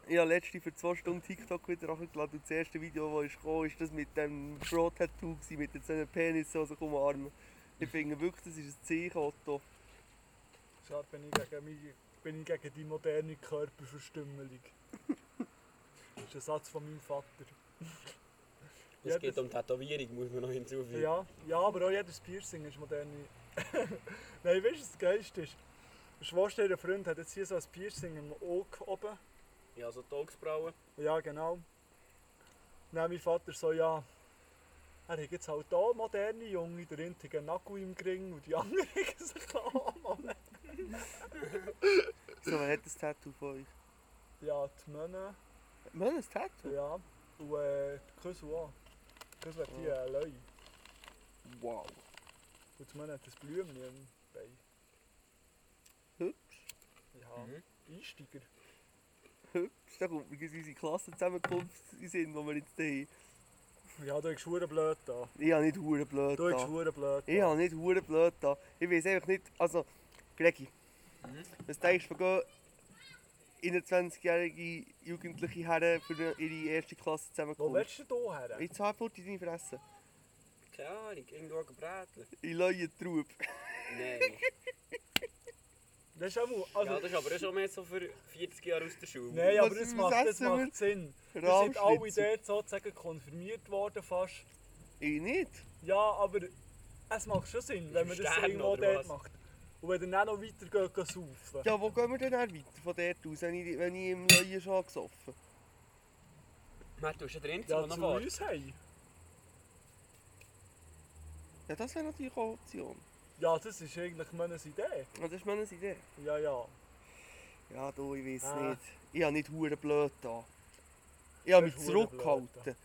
S6: Ich habe letzte für zwei Stunden TikTok wieder hochgeladen und das erste Video, das ich kam, ist das mit dem Bro-Tattoo, gewesen, mit so einem Penis, der sich umarmt. Ich finde wirklich, das ist ein Zeichen, Otto.
S5: Schade, bin ich gegen, mich, bin ich gegen die moderne Körperverstümmelung. Das ist ein Satz von meinem Vater.
S7: Es
S5: Ja,
S7: geht
S5: das-
S7: um Tätowierung, muss man noch hinzufügen.
S5: Ja, ja, aber auch jedes Piercing ist moderne. Nein, weißt du, was das Geilste ist? Eine Schwester ihrer Freund hat jetzt hier so ein Piercing im Auge oben.
S7: Ja, so die Augsbrauen.
S5: Ja, genau. Dann mein Vater so, ja, er hat jetzt halt da moderne Junge, der eine hat einen Nagel im Gring und die anderen haben sich anmalen.
S6: So, wer hat das Tattoo von euch?
S5: Ja, die Männer,
S6: Mann, ein Tattoo?
S5: ja. Und äh, die Küssel auch. Die Küssel hat hier eine Löwe.
S6: Wow.
S5: Und die Männer hat ein Blümchen im Bein.
S6: Hübsch.
S5: Ja, Einsteiger.
S6: Hübsch. Da kommt mir gerade unsere Klassenzusammenkunft in den Sinn, die wir jetzt haben.
S5: Ja, du hast Schuhe blöd da.
S6: Ich habe nicht hure blöd
S5: Du hast
S6: da.
S5: Schuhe blöd da.
S6: Ich habe nicht hure blöd da. Ich weiß einfach nicht, also, Gregi,
S5: Mhm.
S6: was denkst du, wir gehen 21-jährige Jugendliche her für ihre erste Klasse
S5: Wo
S6: zusammenkommen?
S5: willst du denn hier her?
S6: Jetzt hab ich in deine Fresse.
S7: Keine Ahnung, irgendwo ein Brätchen.
S6: Ich leue Trub.
S7: Nein.
S5: Das ist auch mal,
S7: Ja, das
S5: also,
S7: ist aber auch schon mehr so für 40 Jahre aus der Schule.
S5: Nein, aber
S6: Was-
S5: das
S6: was
S5: macht, das
S6: essen wir?
S5: macht Sinn. Wir sind alle
S6: Rahmschnitzel.
S5: dort sozusagen konfirmiert worden fast.
S6: Ich nicht.
S5: Ja, aber es macht schon Sinn, wenn man das
S7: Stern,
S5: irgendwo
S7: oder
S5: dort
S7: was?
S5: macht. Und wenn dann auch noch weiter geht, geht saufen.
S6: Ja, wo gehen wir denn dann weiter von dort aus, wenn ich, wenn ich im Leuen schon gesoffen
S7: Mann, du bist ja der Einzige,
S5: Ja,
S7: der noch
S5: zu
S7: fährt.
S5: uns heim.
S6: Ja, das wäre natürlich auch eine Option.
S5: Ja, das ist eigentlich meine Idee.
S6: Ja, das ist meine Idee.
S5: Ja, ja.
S6: Ja, du, oh, ich weiß
S5: Ah.
S6: nicht. Ich habe nicht hure blöd da. Ich habe
S5: Du
S6: mich
S5: hast hure blöd
S6: zurückgehalten.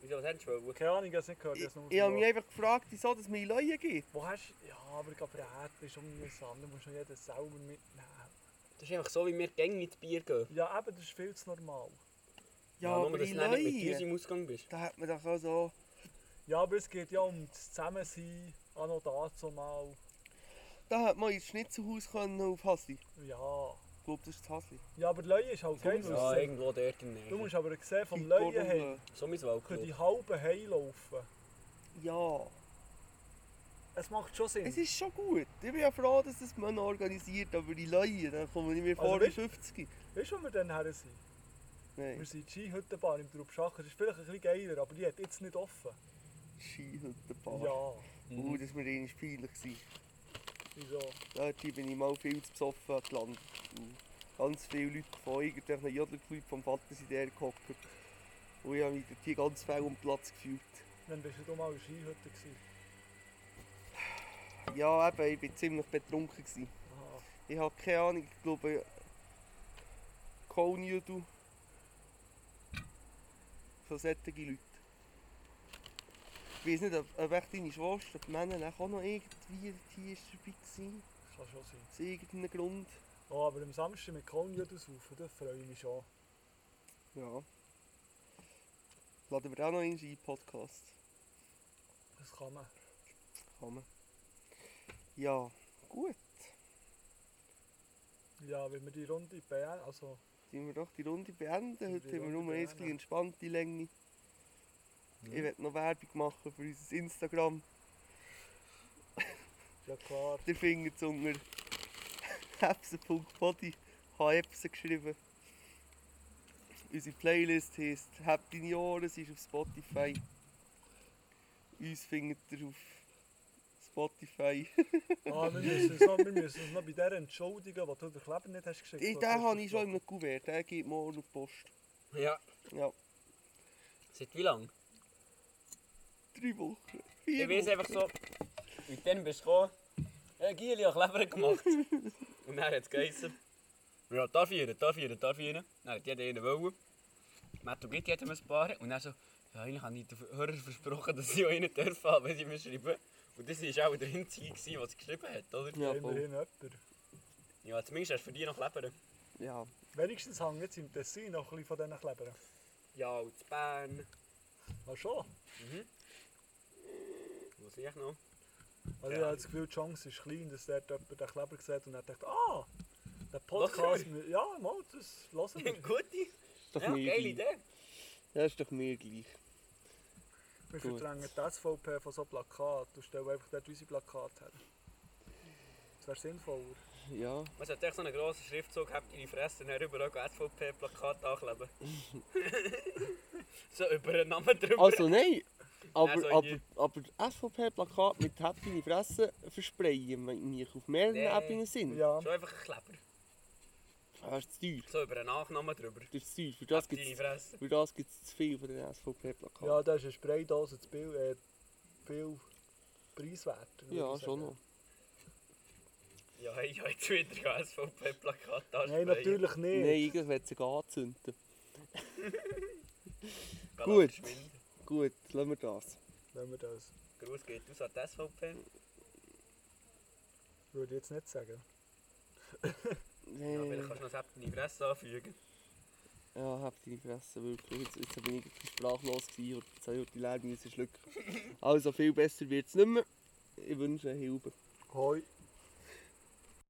S7: Wieso, was hättest du wollen?
S5: Keine Ahnung, ich habe es nicht gehört.
S6: Ich,
S5: habe es nur
S6: ich habe mich
S5: verloren.
S6: einfach gefragt, wieso es mir Leuen gibt.
S5: Wo hast du... Ja, aber Gabriel ist schon mühsam. Da musst du jeden selber mitnehmen.
S7: Das ist einfach so, wie wir gängig mit Bier gehen.
S5: Ja, eben, das ist viel zu normal.
S6: Ja,
S7: nur,
S6: aber
S7: dass
S6: die
S7: du nicht mit uns
S6: Leuen,
S7: im Ausgang bist.
S6: da hat man doch auch so...
S5: Ja, aber es geht ja um das Zusammensein, auch noch dazu mal.
S6: Da hat man ins Schnitzelhaus können auf Hasli.
S5: Ja.
S6: Ich glaube, das ist das Hasli.
S5: Ja, aber die Leue ist halt geil.
S7: Ja,
S5: weil es-
S7: irgendwo dort in der
S5: Du
S7: Nähe.
S5: musst aber sehen, vom
S6: Im
S5: Leuen
S6: Gordon,
S5: her
S6: äh,
S7: So mein
S5: können die
S7: Waldclub.
S5: halben heilaufen.
S6: Ja,
S5: Es macht schon Sinn.
S6: es ist schon gut. Ich bin ja froh, dass das Mann organisiert, aber die Leute, dann kommen nicht mehr
S5: Also
S6: vor die
S5: weißt-
S6: 50.
S5: Weißt du, wo wir dann her sind? Wir
S6: Nein,
S5: sind in der Skihüttenbahn im Trubschacher. Das ist vielleicht ein bisschen geiler, aber die hat jetzt nicht offen.
S6: Skihüttenbahn.
S5: Ja,
S6: Uh, das war mir eigentlich peinlich. gewesen.
S5: wieso?
S6: Dort bin ich mal viel zu besoffen gelandet. Und ganz viele Leute von irgendwelchen Jodelklubs vom Vater sind der gehockt. Und ich habe mich dort ganz viel um den Platz gefühlt.
S5: Dann bist du mal in der Skihütte. gewesen.
S6: Ja, eben, ich war ziemlich betrunken. Gewesen.
S5: Aha.
S6: Ich habe keine Ahnung, ich glaube. Kohlnudel. So solche Leute. Ich weiß nicht, ob, ob echt deine Schwester, die Männer, dann auch noch irgendwie die ist dabei gewesen.
S5: Kann schon sein.
S6: Aus irgendeinem Grund.
S5: Oh, aber am Samstag mit Kolnjuden saufen, da freue ich mich schon.
S6: Ja. Laden wir auch noch einen ein Podcast.
S5: Das kann man.
S6: Kann man. Ja, gut.
S5: Ja, wenn wir die Runde beenden, also
S6: Sind wir doch die Runde beenden.
S5: Die
S6: Heute haben wir
S5: Runde
S6: nur eine
S5: beenden.
S6: entspannte Länge. Ich werde noch Werbung machen für unser Instagram.
S5: ja klar,
S6: Der findet es unter hepsen.body. Ich habe Hepsen geschrieben. Unsere Playlist heisst Hab deine Ohren, sie ist auf Spotify. Uns findet ihr auf Spotify.
S5: ah, wir, müssen uns noch, wir müssen uns noch bei der entschuldigen, die du den Kleber nicht hast geschickt
S6: Den
S5: was hast du
S6: habe ich schon in
S5: gesagt?
S6: einem Kuvert, der geht morgen auf die Post.
S7: Ja,
S6: Ja,
S7: seit wie lang?
S6: drei Wochen.
S7: Ich
S6: Vier
S7: weiß einfach so, mit dem bist du gekommen, hey, Gili, ich habe Kleber gemacht. Und dann hat es geheißen, ja, da vieren, da vieren, da vieren. Dann hat jeder einen wollen. Matt und Gitti hatten ein paar. Und dann so, ja, eigentlich habe ich den Hörer versprochen, dass ich auch einen dürfen haben, wenn sie mir schreiben. Und das war auch der Einzige, gewesen, der es geschrieben hat, oder?
S6: Ja, voll.
S5: Immerhin jemand.
S7: Ja, zumindest hast du für dich noch Kleber.
S6: Ja,
S5: Wenigstens hängen jetzt im Tessin noch ein bisschen von diesen Klebern.
S7: Ja, und zu Bern.
S5: Ah schon?
S7: Wo sehe ich noch?
S5: Also
S7: Ja.
S5: ich habe das Gefühl, die Chance ist klein, dass dort jemand den Kleber sieht und dann denkt, ah, der Podcast,
S7: Lassen
S5: ja, mal, das lassen wir.
S7: Gute.
S6: ist doch
S7: Ja,
S6: mir
S7: geile
S6: gleich.
S7: Idee.
S6: Das ist doch mir gleich.
S5: Wir
S6: Gut.
S5: verdrängen die SVP von so Plakaten und stellen einfach dort unsere Plakate her. Das wäre sinnvoller.
S6: Ja,
S7: Man sollte echt so einen grossen Schriftzug haben, in die Fresse und dann überall SVP-Plakat ankleben. so über den Namen drüber.
S6: Also nein, aber,
S7: Nein, so
S6: aber,
S7: hier.
S6: aber das SVP-Plakat mit «Happy in die Fresse» versprechen wir mich auf mehreren
S7: Nee.
S6: Ebenen sind.
S5: Ja,
S7: Schon einfach ein Kleber.
S6: Das ist zu teuer.
S7: So über den Nachnamen drüber.
S6: Das ist zu teuer. Für das
S7: Deine
S6: gibt's-
S7: Fresse.
S6: Für das gibt es zu viel von den SVP-Plakaten.
S5: ja da ist eine Spraydose zu viel, äh, viel preiswerter. würde
S6: Ja,
S5: ich
S6: schon
S5: sagen.
S6: noch.
S7: Ja, hey, ja, jetzt wieder ein SVP-Plakat
S5: Nein, natürlich nicht.
S6: Nein, eigentlich wird sie anzünden. Gut.
S7: Gut.
S6: Gut, lassen wir das.
S5: Wenn wir das.
S7: Gruß geht aus an die SVP.
S5: Würde ich jetzt nicht sagen.
S7: Ja,
S6: Nee.
S7: vielleicht kannst du noch das deine Fresse anfügen.
S6: Ja, hab deine Fresse, wirklich. Jetzt, jetzt bin ich etwas sprachlos gewesen und jetzt habe ich die Lärm müssen schlucken. Also, viel besser wird es nicht mehr. Ich wünsche Hilfe.
S5: Hoi.